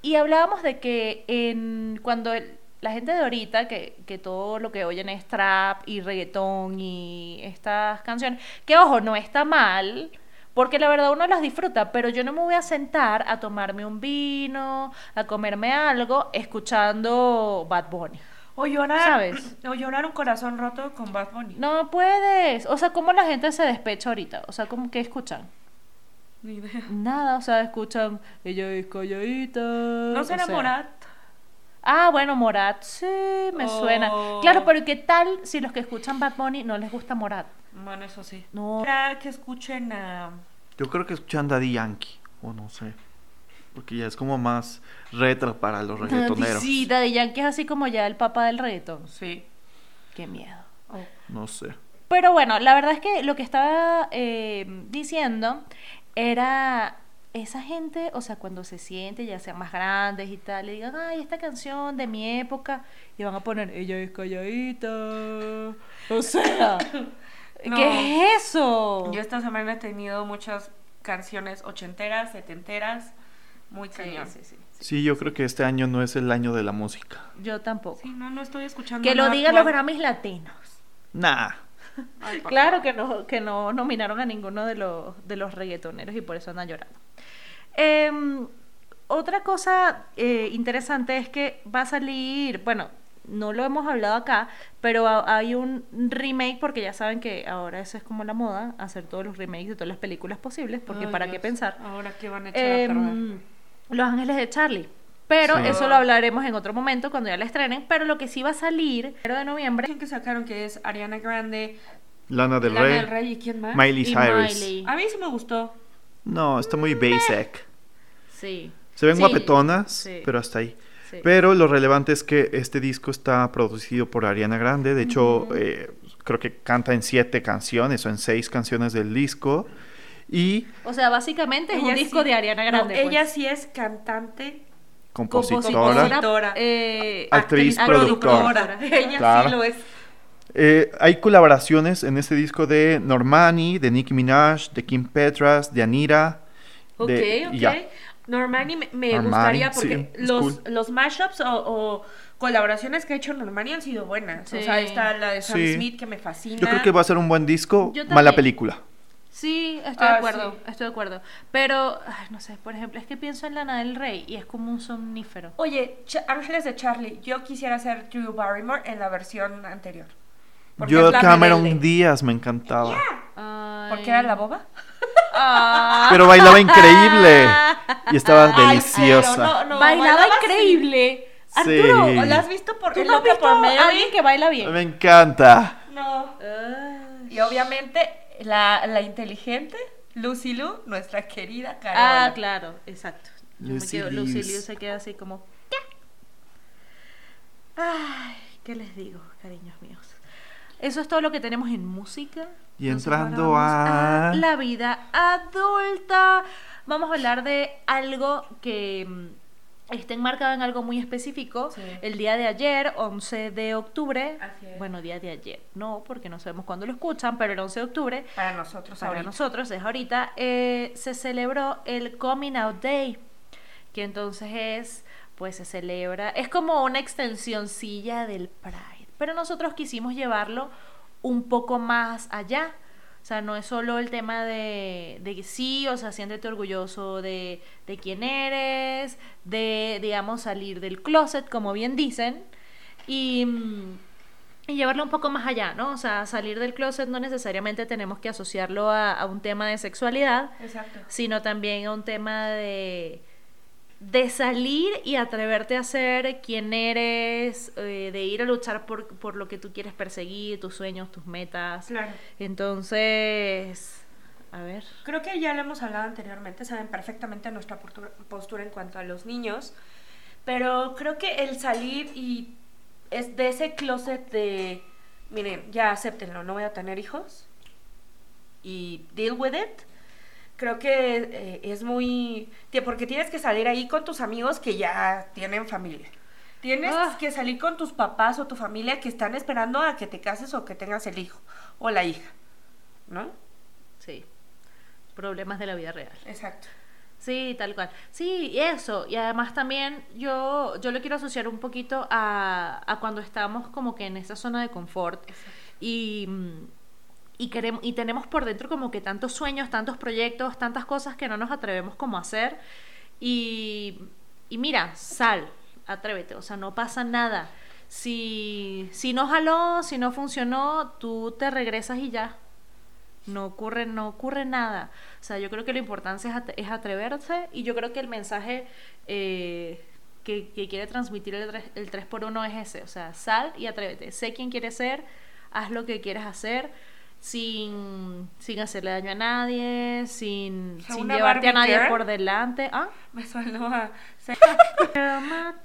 Y hablábamos de que en cuando el- la gente de ahorita, que, que todo lo que oyen es trap y reggaetón y estas canciones, que ojo, no está mal, porque la verdad uno las disfruta, pero yo no me voy a sentar a tomarme un vino, a comerme algo, escuchando Bad Bunny.
O llorar.
¿Sabes?
O llorar un corazón roto con Bad Bunny.
No puedes. O sea, ¿cómo la gente se despecha ahorita? O sea, ¿cómo que escuchan?
Ni idea.
Nada, o sea, escuchan. Ella es calladita.
No
o
será
sea.
Morat.
Ah, bueno, Morat, sí, me
Oh.
suena. Claro, pero ¿qué tal si los que escuchan Bad Bunny no les gusta Morat?
Bueno, eso sí.
No.
Será que escuchen a.
Yo creo que escuchan Daddy Yankee. O no sé. Porque ya es como más retro para los reggaetoneros.
Ah, Sí, Daddy Yankee es así como ya el papá del reggaetón.
Sí.
Qué miedo.
O-
No sé.
Pero bueno, la verdad es que lo que estaba eh, diciendo era esa gente, o sea, cuando se siente, ya sean más grandes y tal, le digan, ay, esta canción de mi época, y van a poner, ella es calladita. O sea,
No.
¿qué es eso?
Yo esta semana he tenido muchas canciones ochenteras, setenteras. Muy cañón. Sí, sí, sí.
Sí, yo creo que este año no es el año de la música.
Yo tampoco.
no, no estoy escuchando.
Que lo
nada
digan los
actual.
Grammys latinos.
Nah.
Ay, por
Claro que no, que no nominaron a ninguno de los, de los reggaetoneros y por eso andan llorando. Em, otra cosa eh, interesante es que va a salir, bueno, no lo hemos hablado acá, pero ha- hay un remake porque ya saben que ahora eso es como la moda, hacer todos los remakes de todas las películas posibles, porque
Ay,
para
Dios.
qué pensar.
Ahora que van a echar a perder.
Em, Los Ángeles de Charlie. Pero
Sí.
eso lo hablaremos en otro momento cuando ya la estrenen. Pero lo que sí va a salir el 1 de noviembre
¿Quién que sacaron que es Ariana Grande,
Lana del
Lana
Rey.
del Rey y quién más?
Miley
y
Cyrus.
Miley. Mm, eh.
A mí sí me gustó.
No, está muy basic.
Sí.
Se ven
Sí,
guapetonas,
sí,
pero hasta ahí.
sí.
Pero lo relevante es que este disco está producido por Ariana Grande. De hecho, eh, creo que canta en siete canciones o en seis canciones del disco. Y
O sea, básicamente Este es
Ella
un
sí-
disco de Ariana
no,
Grande.
ella
pues.
sí es cantante,
compositora.
Compositora.
eh,
Actriz, productora.
Ella
Claro.
sí lo es.
Eh, hay colaboraciones en este disco de Normani, de Nicki Minaj, de Kim Petras, de Anira.
Ok,
de-
ok.
y ya.
Normani me, me
Normani,
gustaría
sí,
porque
es
los,
cool.
los mashups o, o colaboraciones que ha hecho Normani han sido buenas. O
Sí.
sea, está la de Sam
Sí.
Smith que me fascina.
Yo creo que va a ser un buen disco,
Yo
mala
también.
película.
Sí, estoy
Ah,
de acuerdo,
sí.
estoy de acuerdo. Pero, ay, no sé, por ejemplo, es que pienso en Lana del Rey y es como un somnífero.
Oye, Cha- Ángeles de Charlie, yo quisiera ser Drew Barrymore en la versión anterior. Porque
Yo
es la
Cameron
rebelde.
Díaz me encantaba.
Ay.
Porque era la boba.
Ah.
Pero bailaba increíble. Y estaba deliciosa.
Pero no, no,
bailaba
así.
increíble.
Sí.
Arturo,
¿O ¿La has visto por
¿tú
el
no has
loco
visto
por
a
Mary?
alguien que baila bien? Ah.
Me encanta.
No.
Ay.
Y obviamente la, la inteligente Lucy Lu, nuestra querida Carola.
Ah, claro, exacto. Yo me
Lucy
quedo- Lucy
Liu.
Liu se queda así como. ¿Qué? Ay, ¿qué les digo, cariños míos? Eso es todo lo que tenemos en música.
Y
Nos
entrando
ahora
a-
vamos la vida adulta. Vamos a hablar de algo que mm, está enmarcado en algo muy específico.
Sí.
El día de ayer, 11 de octubre.
Así es.
Bueno, día de ayer, no, porque no sabemos cuándo lo escuchan, pero el 11 de octubre
Para nosotros
para
ahorita.
nosotros es ahorita, eh, se celebró el Coming Out Day, que entonces es, pues se celebra, es como una extensioncilla del Pride, pero nosotros quisimos llevarlo un poco más allá. O sea, no es solo el tema de, de que sí, o sea, siéntete orgulloso de, de quién eres, de, digamos, salir del closet, como bien dicen, y, mm, y llevarlo un poco más allá, ¿no? O sea, salir del closet no necesariamente tenemos que asociarlo a, a un tema de sexualidad,
Exacto.
sino también a un tema de de salir y atreverte a ser quien eres, eh, de ir a luchar por, por lo que tú quieres perseguir, tus sueños, tus metas.
Claro.
Entonces, a ver.
Creo que ya lo hemos hablado anteriormente, saben perfectamente nuestra postura, postura en cuanto a los niños, pero creo que el salir y es de ese closet de, miren, ya acéptenlo, no voy a tener hijos y deal with it. Creo que eh, es muy... tie- Porque tienes que salir ahí con tus amigos que ya tienen familia. Tienes
Ah.
que salir con tus papás o tu familia que están esperando a que te cases o que tengas el hijo o la hija. ¿No?
Sí. Problemas de la vida real.
Exacto.
Sí, tal cual. Sí, y eso. Y además también yo, yo lo quiero asociar un poquito a, a cuando estamos como que en esa zona de confort y, mm, y, queremos, y tenemos por dentro como que tantos sueños, tantos proyectos, tantas cosas que no nos atrevemos como a hacer. Y, y mira, sal, atrévete, o sea, no pasa nada. Si, si no jaló, si no funcionó, tú te regresas y ya. No ocurre, no ocurre nada. O sea, yo creo que lo importante es, at- es atreverse y yo creo que el mensaje eh, que, que quiere transmitir el, tres- el 3x1 es ese. O sea, sal y atrévete. Sé quién quieres ser, haz lo que quieres hacer sin, sin hacerle daño a nadie, sin,
O sea,
sin
una
llevarte a
Barbie
nadie
girl.
por delante. ¿Ah?
Me suelo a...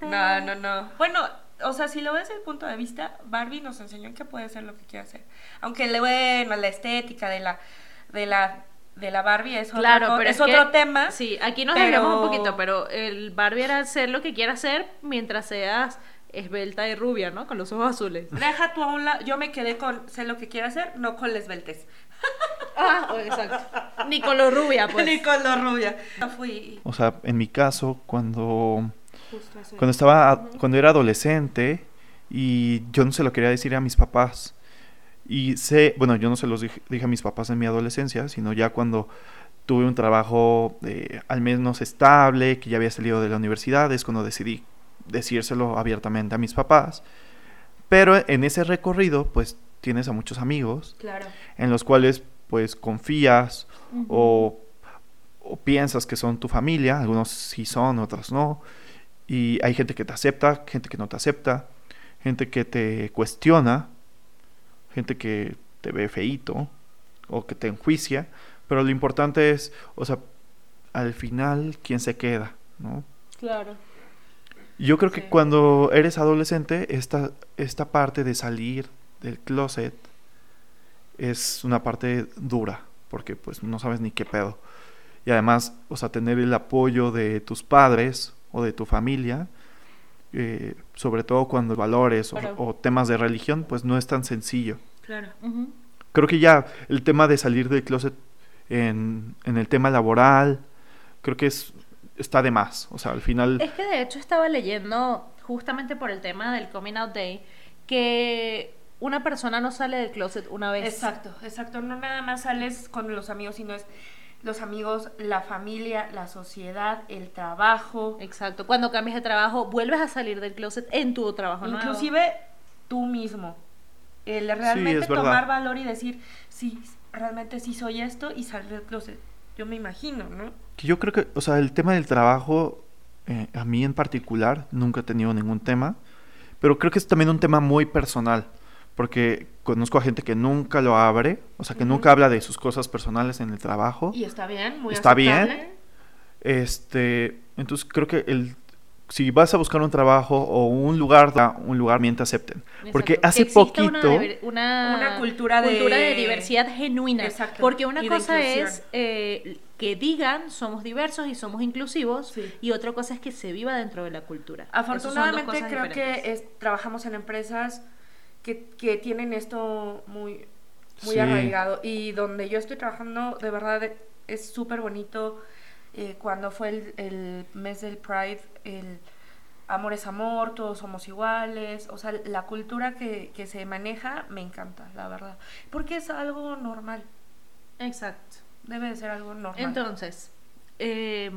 No, no, no. Bueno, o sea, si lo ves desde el punto de vista, Barbie nos enseñó que puede hacer lo que quiere hacer. Aunque le bueno, la estética de la de la de la Barbie es
Claro,
otro,
pero
es
es que-
otro tema.
Sí, aquí nos
pero-
desviamos un poquito, pero el Barbie era hacer lo que quiera hacer mientras seas esbelta y rubia, ¿no? Con los ojos azules.
Deja tú a un lado, yo me quedé con sé lo que quiero hacer, no con la esbeltez.
Ah, exacto. Ni con lo rubia, pues.
Ni con la rubia. No fui
O sea, en mi caso, cuando,
justo eso.
cuando, estaba, cuando era adolescente y yo no se lo quería decir a mis papás. Y sé, bueno, yo no se los dije, dije a mis papás en mi adolescencia, sino ya cuando tuve un trabajo eh, al menos estable, que ya había salido de la universidad, es cuando decidí decírselo abiertamente a mis papás. Pero en ese recorrido, pues tienes a muchos amigos
Claro.
en los cuales pues confías o, o piensas que son tu familia, algunos sí son, otros no, y hay gente que te acepta, gente que no te acepta, gente que te cuestiona, gente que te ve feíto o que te enjuicia, pero lo importante es, o sea, al final quién se queda, ¿no?
Claro.
Yo creo que
Sí.
cuando eres adolescente, esta, esta parte de salir del closet es una parte dura, porque pues no sabes ni qué pedo. Y además, o sea, tener el apoyo de tus padres o de tu familia, eh, sobre todo cuando valores o,
Claro.
o temas de religión, pues no es tan sencillo.
Claro.
Creo que ya el tema de salir del closet en, en el tema laboral, creo que es, está de más. O sea, al final...
Es que de hecho estaba leyendo, justamente por el tema del Coming Out Day, que una persona no sale del closet una vez.
Exacto, exacto. No nada más sales con los amigos, sino es los amigos, la familia, la sociedad, el trabajo.
Exacto. Cuando cambias de trabajo, vuelves a salir del closet en tu trabajo nuevo.
Inclusive tú mismo. El realmente
es verdad.
tomar valor y decir, sí, realmente sí soy esto y salir del closet. Yo me imagino, ¿no?
Que yo creo que, o sea, el tema del trabajo, eh, a mí en particular, nunca he tenido ningún tema, pero creo que es también un tema muy personal, porque conozco a gente que nunca lo abre, o sea, que nunca habla de sus cosas personales en el trabajo.
Y está bien, muy
Está bien.
aceptable.
Este, entonces creo que el si vas a buscar un trabajo o un lugar, da un lugar bien te acepten. Porque
Exacto, que
hace
exista una
poquito,
diver- una,
Una cultura de-
diversidad genuina.
Exacto,
Porque una
y de
cosa
inclusión.
es eh, que digan somos diversos y somos inclusivos,
Sí.
y otra cosa es que se viva dentro de la cultura.
Afortunadamente creo que es- trabajamos en empresas que, que tienen esto muy, muy
Sí.
arraigado. Y donde yo estoy trabajando, de verdad, es súper bonito. Eh, cuando fue el, el mes del Pride, el amor es amor, todos somos iguales. O sea, la cultura que, que se maneja me encanta, la verdad. Porque es algo normal.
Exacto.
Debe de ser algo normal.
Entonces, eh,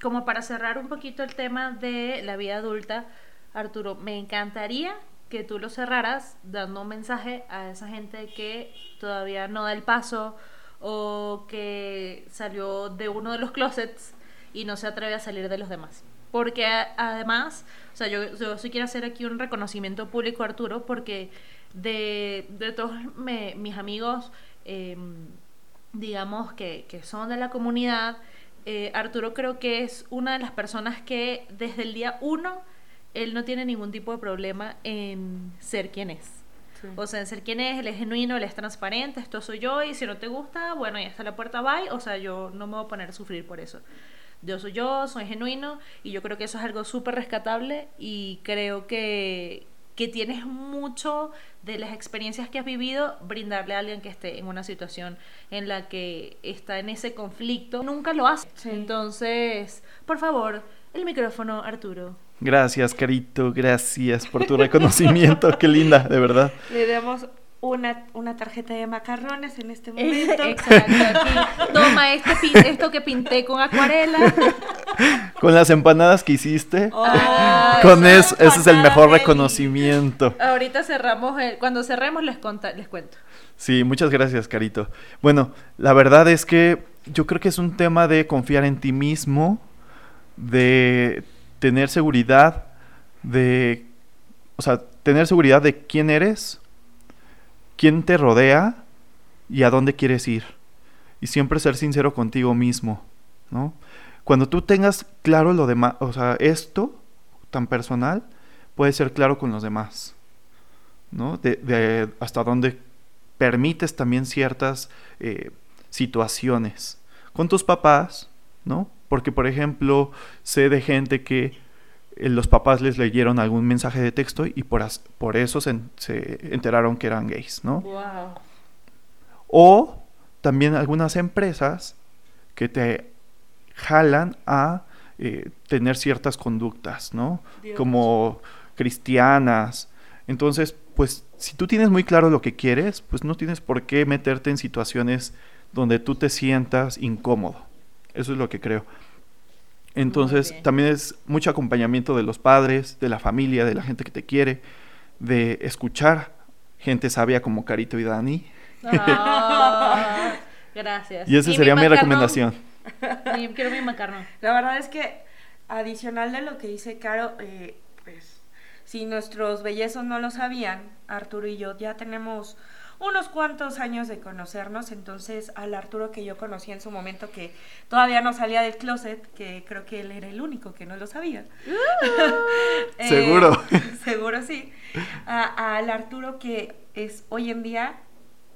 como para cerrar un poquito el tema de la vida adulta, Arturo, me encantaría que tú lo cerraras dando un mensaje a esa gente que todavía no da el paso o que salió de uno de los closets y no se atreve a salir de los demás. Porque a- además, o sea, yo, yo sí quiero hacer aquí un reconocimiento público, Arturo, porque de, de todos me- mis amigos, eh, digamos, que, que son de la comunidad, eh, Arturo creo que es una de las personas que desde el día uno, él no tiene ningún tipo de problema en ser quien es.
Sí.
O sea, en ser quien es, él es genuino, él es transparente, esto soy yo, y si no te gusta, bueno, ya está la puerta, bye. O sea, yo no me voy a poner a sufrir por eso. Yo soy yo, soy genuino, y yo creo que eso es algo súper rescatable, y creo que, que tienes mucho de las experiencias que has vivido brindarle a alguien que esté en una situación en la que está en ese conflicto. Nunca lo hace.
Sí.
Entonces, por favor, el micrófono, Arturo.
Gracias, Carito, gracias por tu reconocimiento. Qué linda, de verdad.
Le damos una, una tarjeta de macarrones en este momento.
Exacto, aquí. Toma este pin- esto que pinté con acuarela.
Con las empanadas que hiciste,
Ah,
con
esas
eso, ese es el mejor
empanadas,
reconocimiento.
Eli. Ahorita cerramos, el- cuando cerremos les, conta- les cuento.
Sí, muchas gracias, Carito. Bueno, la verdad es que yo creo que es un tema de confiar en ti mismo, de tener seguridad, de, o sea, tener seguridad de quién eres, quién te rodea y a dónde quieres ir. Y siempre ser sincero contigo mismo, ¿no? Cuando tú tengas claro lo demás, o sea, esto tan personal, puedes ser claro con los demás, ¿no? De, de hasta dónde permites también ciertas eh, situaciones con tus papás, ¿no? Porque, por ejemplo, sé de gente que eh, los papás les leyeron algún mensaje de texto y por, as- por eso se, en- se enteraron que eran gays, ¿no?
Wow.
O también algunas empresas que te jalan a eh, tener ciertas conductas, ¿no?
Dios.
Como cristianas. Entonces, pues si tú tienes muy claro lo que quieres, pues no tienes por qué meterte en situaciones donde tú te sientas incómodo. Eso es lo que creo. Entonces,
bien.
también es mucho acompañamiento de los padres, de la familia, de la gente que te quiere, de escuchar gente sabia como Carito y Dani.
Ah, gracias.
Y esa
mi
sería mi,
macarrón.
recomendación.
Y quiero mi macarrón.
La verdad es que, adicional de lo que dice Caro, eh, pues, si nuestros bellezos no lo sabían, Arturo y yo ya tenemos unos cuantos años de conocernos, entonces al Arturo que yo conocí en su momento, que todavía no salía del closet, que creo que él era el único que no lo sabía. Eh,
Seguro.
seguro sí. A- Al Arturo que es hoy en día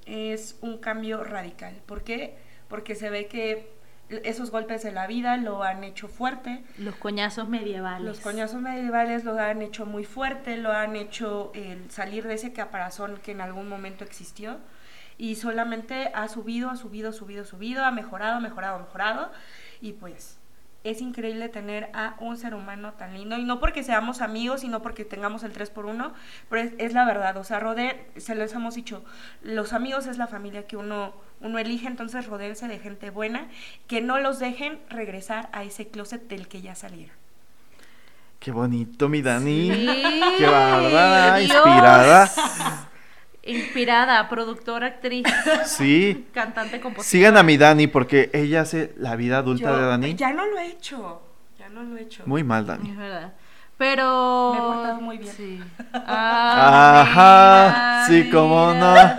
es un cambio radical. ¿Por qué? Porque se ve que esos golpes de la vida lo han hecho fuerte.
Los coñazos medievales.
Los coñazos medievales lo han hecho muy fuerte, lo han hecho el salir de ese caparazón que en algún momento existió. Y solamente ha subido, ha subido, subido, subido, ha mejorado, mejorado, mejorado. Y pues es increíble tener a un ser humano tan lindo. Y no porque seamos amigos, sino porque tengamos el 3x1, pero es, es la verdad. O sea, rodeen, se les hemos dicho, los amigos es la familia que uno, uno elige, entonces rodeense de gente buena, que no los dejen regresar a ese closet del que ya salieron.
Qué bonito, mi Dani.
Sí,
Qué bárbara,
Dios.
inspirada.
Inspirada, productora, actriz,
Sí.
cantante, compositora.
Sigan a mi Dani porque ella hace la vida adulta
Yo- pues,
de Dani.
Ya no lo he hecho. Ya no lo he hecho.
Muy mal,
Es
Dani.
verdad. Pero.
Me he portado muy bien.
Sí. Ah,
Ajá, sí, cómo no.
mira.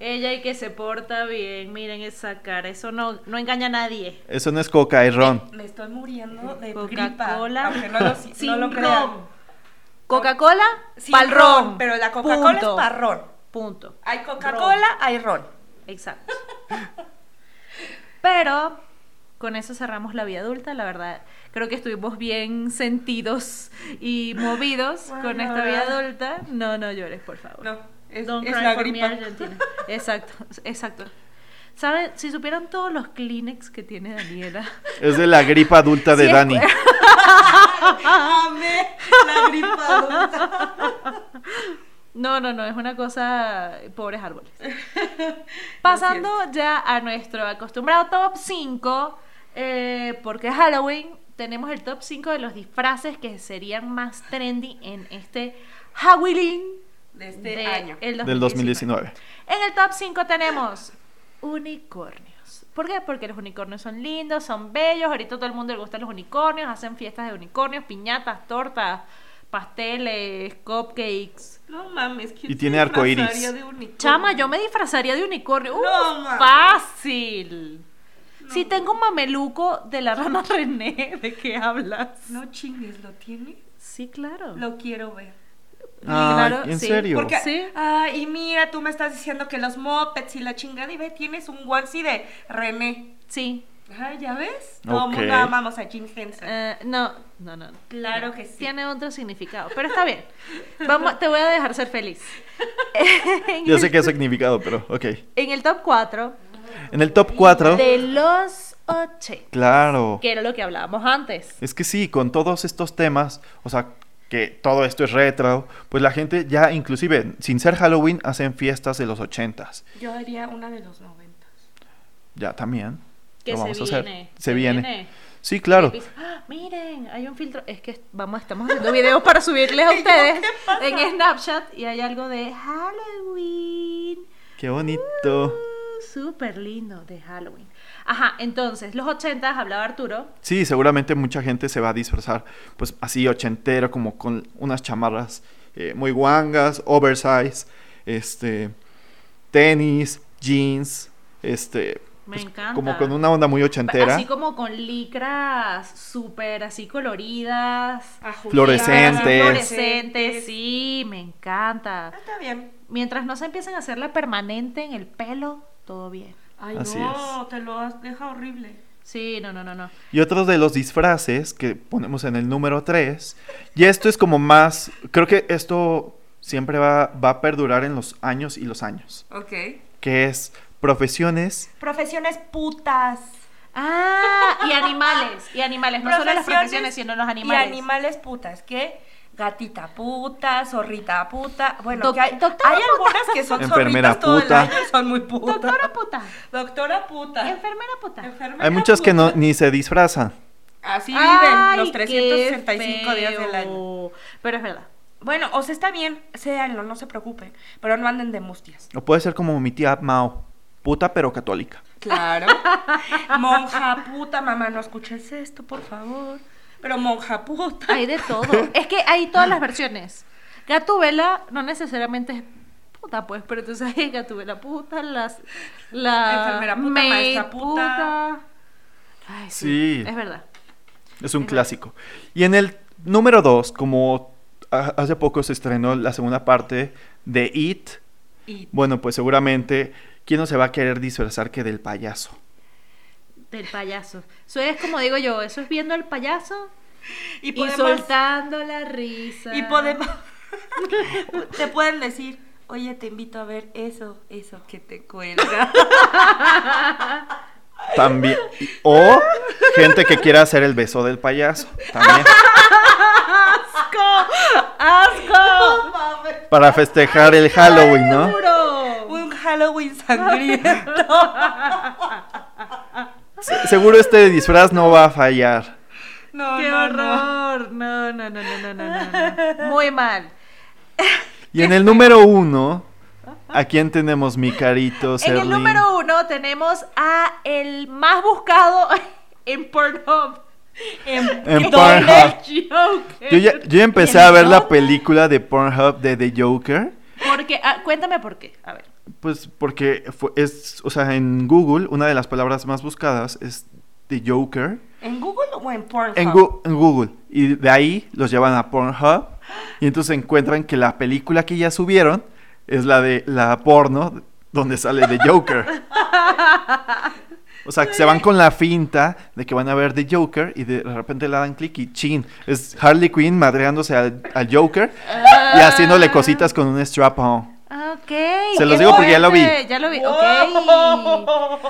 Ella y que se porta bien. Miren esa cara. Eso no, no engaña a nadie.
Eso no es coca, es ron.
Me estoy muriendo de gripa.
Coca-Cola.
Aunque no lo,
sin
no lo
ron.
crean.
Coca-Cola.
Sin
pal ron.
Pero la Coca-Cola es
Punto.
parrón.
Punto.
Hay Coca-Cola, hay ron.
Exacto. Pero con eso cerramos la vida adulta, la verdad. Creo que estuvimos bien sentidos y movidos
Bueno,
con esta vida
¿verdad?
adulta. No, no llores, por favor.
No, es,
Don't
es
cry
la
for me,
gripa.
Argentina. Exacto, exacto. ¿Saben? Si supieran todos los Kleenex que tiene Daniela.
Es de la gripa adulta de
Sí, es-
Dani.
Amé la gripa adulta.
No, no, no, es una cosa. Pobres árboles. Pasando ya a nuestro acostumbrado top 5, porque Halloween, tenemos el top 5 de los disfraces que serían más trendy en este Halloween
De este
de-
año.
el
Del 2019.
En el top 5 tenemos unicornios. ¿Por qué? Porque los unicornios son lindos, son bellos, ahorita a todo el mundo le gustan los unicornios, hacen fiestas de unicornios, piñatas, tortas, pasteles, cupcakes.
No mames, ¿quién
Y
se
tiene arcoíris.
disfrazaría de unicornio?
Chama, yo me disfrazaría de unicornio. ¡Uh,
No, mames.
fácil!
No.
Si tengo un mameluco de la rana René, ¿de qué hablas?
No chingues, ¿lo tiene?
Sí, claro.
Lo quiero ver.
Ay,
Claro,
¿En
sí.
serio?
Porque,
Sí.
ah, y mira, tú me estás diciendo que los mopeds y la chingada, y ve, tienes un onesie de René.
Sí.
Ay, Ah, ¿ya ves? Todo
Ok.
mundo amamos a Jim Henson.
Eh, no, no, no.
Claro
No.
que sí.
Tiene otro significado, pero está bien. Vamos, te voy a dejar ser feliz. En
Ya
el-
sé qué significado, pero ok.
En el top 4
En el top 4.
de los 80,
Claro.
que era lo que hablábamos antes.
Es que sí, con todos estos temas, o sea, que todo esto es retro, pues la gente ya inclusive, sin ser Halloween, hacen fiestas de los ochentas.
Yo haría una de los noventas.
Ya también.
Que
lo
se
vamos a hacer.
viene.
Se viene. Sí, claro.
Y dice, "Ah, miren, hay un filtro. Es que vamos, estamos haciendo videos para subirles a ustedes en Snapchat y hay algo de Halloween.
Qué bonito.
Uh, Súper lindo de Halloween. Ajá, entonces, los 80 hablaba Arturo.
Sí, seguramente mucha gente se va a disfrazar, pues así ochentero, como con unas chamarras eh, muy guangas, oversize, este, tenis, jeans, este,
Me encanta.
como con una onda muy ochentera.
Así como con licras súper así coloridas.
Ah,
Fluorescentes.
Fluorescentes, sí, me encanta.
Ah, está bien.
Mientras no se empiecen a hacerla permanente en el pelo, todo bien.
Ay,
Así
no, te lo has- deja horrible.
Sí, no, no, no, no.
Y otros de los disfraces que ponemos en el número 3. Y esto es como más, creo que esto siempre va, va a perdurar en los años y los años,
Ok.
que es profesiones.
Profesiones putas.
Ah, y animales, y animales, no solo las profesiones, sino los animales.
Y animales putas, ¿qué? Gatita puta, zorrita puta. Bueno,
Doc-
que hay,
doctora
hay algunas que son
Enfermera
zorritas todo el
puta.
año y son muy putas.
Doctora puta,
Doctora puta.
enfermera puta.
Enfermera
Hay muchas que no,
puta.
ni se disfrazan.
Así
Ay,
viven los
qué
365 días del año.
feo. Pero es verdad.
Bueno, o sea, está bien, séanlo, no se preocupen, pero no anden de mustias.
O puede ser como mi tía Mao, puta pero católica.
Claro. monja puta, mamá, no escuches esto, por favor. Pero monja puta.
Hay de todo. es que hay todas las versiones. Gatúbela no necesariamente es puta, pues, pero tú sabes, Gatúbela puta, las, la
Enfermera puta,
maid
maestra puta.
Ay, sí,
Sí.
Es verdad.
Es un clásico. Y en el número 2, como a- hace poco se estrenó la segunda parte de It,
Y
bueno, pues seguramente, ¿quién no se va a querer disfrazar que del payaso?
Del payaso. Eso es como digo yo, eso es viendo al payaso
Y
y,
podemos,
soltando la risa.
y podemos, te pueden decir, oye, te invito a ver eso, eso que te cuelga.
También. y- O gente que quiera hacer el beso del payaso. También.
¡Asco! ¡Asco!
Para festejar el Halloween, ¿no?
¡Seguro!
Un Halloween sangriento.
Se- Seguro este disfraz no va a fallar.
No,
¡Qué
no, no.
horror! No, no, no, no, no, no, no, no. Muy mal.
Y en el número uno, ¿a quién tenemos mi carito,
En el
Serlin?
número uno tenemos a el más buscado en Pornhub. En,
En
en
Pornhub.
The Joker.
Yo ya, yo ya empecé a ver la película de Pornhub de The Joker.
Porque, ah, cuéntame por qué. A ver.
Pues porque fue- es, o sea, en Google una de las palabras más buscadas es The Joker.
¿En Google o en Pornhub?
En, Gu- en Google. Y de ahí los llevan a Pornhub. Y entonces encuentran que la película que ya subieron es la de la porno donde sale The Joker. O sea, que se van con la finta de que van a ver The Joker y de repente le dan clic y chin. Es Harley Quinn madreándose al, al Joker y
Ah.
haciéndole cositas con un strap-on.
Ok.
Se los
qué
digo porque ya lo vi.
fuerte, Ya lo vi.
Wow.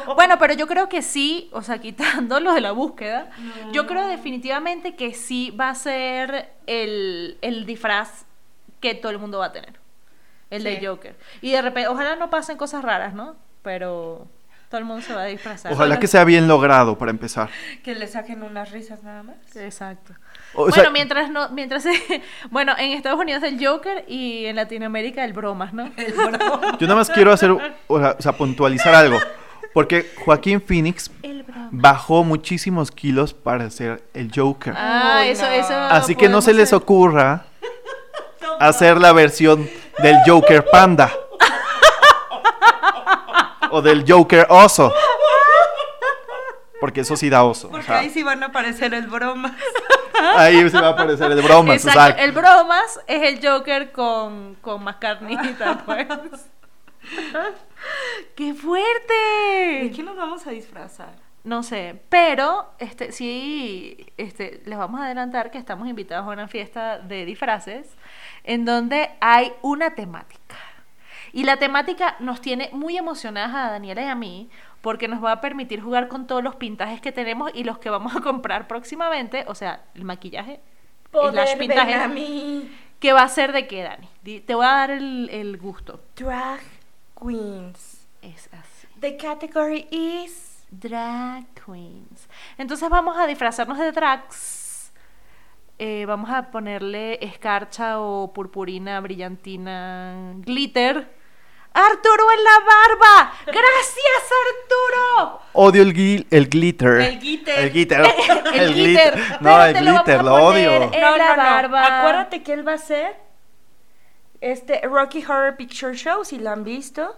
Ok. Bueno, pero yo creo que sí, o sea, quitando lo de la búsqueda, yo creo definitivamente que sí va a ser el, el disfraz que todo el mundo va a tener. El
Sí.
de Joker. Y de repente, ojalá no pasen cosas raras, ¿no? Pero todo el mundo se va a disfrazar.
Ojalá que sea bien logrado para empezar.
Que le saquen unas risas nada más.
Exacto.
O
bueno,
sea-
mientras no, mientras bueno, en Estados Unidos el Joker y en Latinoamérica el bromas, ¿no?
El broma.
Yo nada más quiero hacer, o sea, o sea, puntualizar algo. Porque Joaquín Phoenix
El broma.
bajó muchísimos kilos para ser el Joker.
Ah,
Uy,
eso,
no.
eso.
Así que no se
podemos
les
hacer.
ocurra hacer la versión del Joker Panda. o del Joker Oso. Porque eso sí da oso. o
Porque
sea,
ahí sí van a aparecer el broma.
ahí se va a aparecer el bromas. o
Exacto,
sea,
El bromas es el Joker con, con más carnita, pues. ¡Qué
¿De
fuerte!
qué nos vamos a disfrazar?
No sé, pero este sí este les vamos a adelantar que estamos invitados a una fiesta de disfraces en donde hay una temática. Y la temática nos tiene muy emocionadas a Daniela y a mí porque nos va a permitir jugar con todos los pintajes que tenemos y los que vamos a comprar próximamente, o sea, el maquillaje slash pintaje
mí.
que va a ser de qué, Dani. Di- Te voy a dar el, el gusto.
Drag queens.
Es así.
The category is
Drag queens. Entonces vamos a disfrazarnos de drags. Eh, vamos a ponerle escarcha o purpurina, brillantina, glitter. ¡Arturo en la barba! ¡Gracias, Arturo!
Odio el, gui- el glitter.
El glitter.
El glitter.
El
El
glitter.
glit-
Pero
No, el
te lo vamos
glitter,
a
lo
poner
odio.
en- la barba.
Acuérdate que él va a ser este Rocky Horror Picture Show, si lo han visto.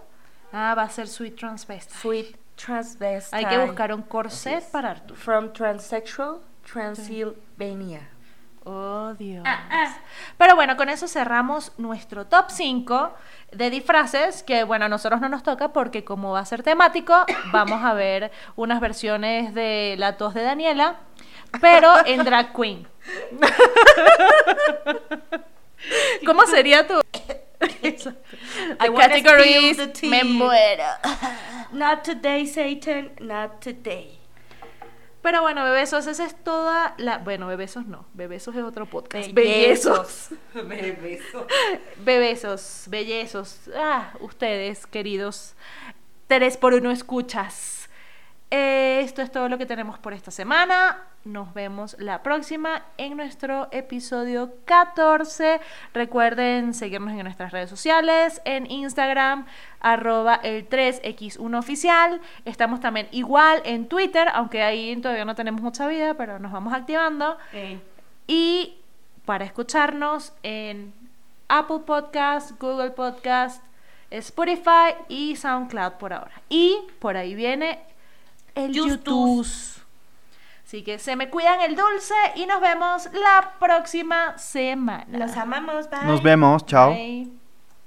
Ah, va a ser Sweet Transvestite.
Sweet transvestite.
Hay que buscar un corset para Arturo.
From transsexual Transylvania.
Oh, Dios. Pero bueno, con eso cerramos nuestro top 5 de disfraces, que bueno, a nosotros no nos toca porque como va a ser temático, vamos a ver unas versiones de la tos de Daniela, pero en drag queen. ¿Cómo sería tu...
I
The
wanna
category
spill the
is
tea.
me muero.
Not today, Satan, not today.
Pero bueno, bebesos, esa es toda la... Bueno, bebesos no, bebesos es otro podcast.
Bebesos.
Bebesos, bellezos, ah, ustedes, queridos, tres por uno escuchas. Eh, esto es todo lo que tenemos por esta semana. Nos vemos la próxima en nuestro episodio 14. Recuerden seguirnos en nuestras redes sociales, en Instagram, arroba el 3x1 oficial. Estamos también igual en Twitter, aunque ahí todavía no tenemos mucha vida, pero nos vamos activando.
Ey.
Y para escucharnos en Apple Podcast, Google Podcast, Spotify y SoundCloud por ahora. Y por ahí viene el
YouTube.
YouTube. Así que se me cuidan el dulce y nos vemos la próxima semana.
Los amamos, bye.
Nos vemos. Chao.
Bye.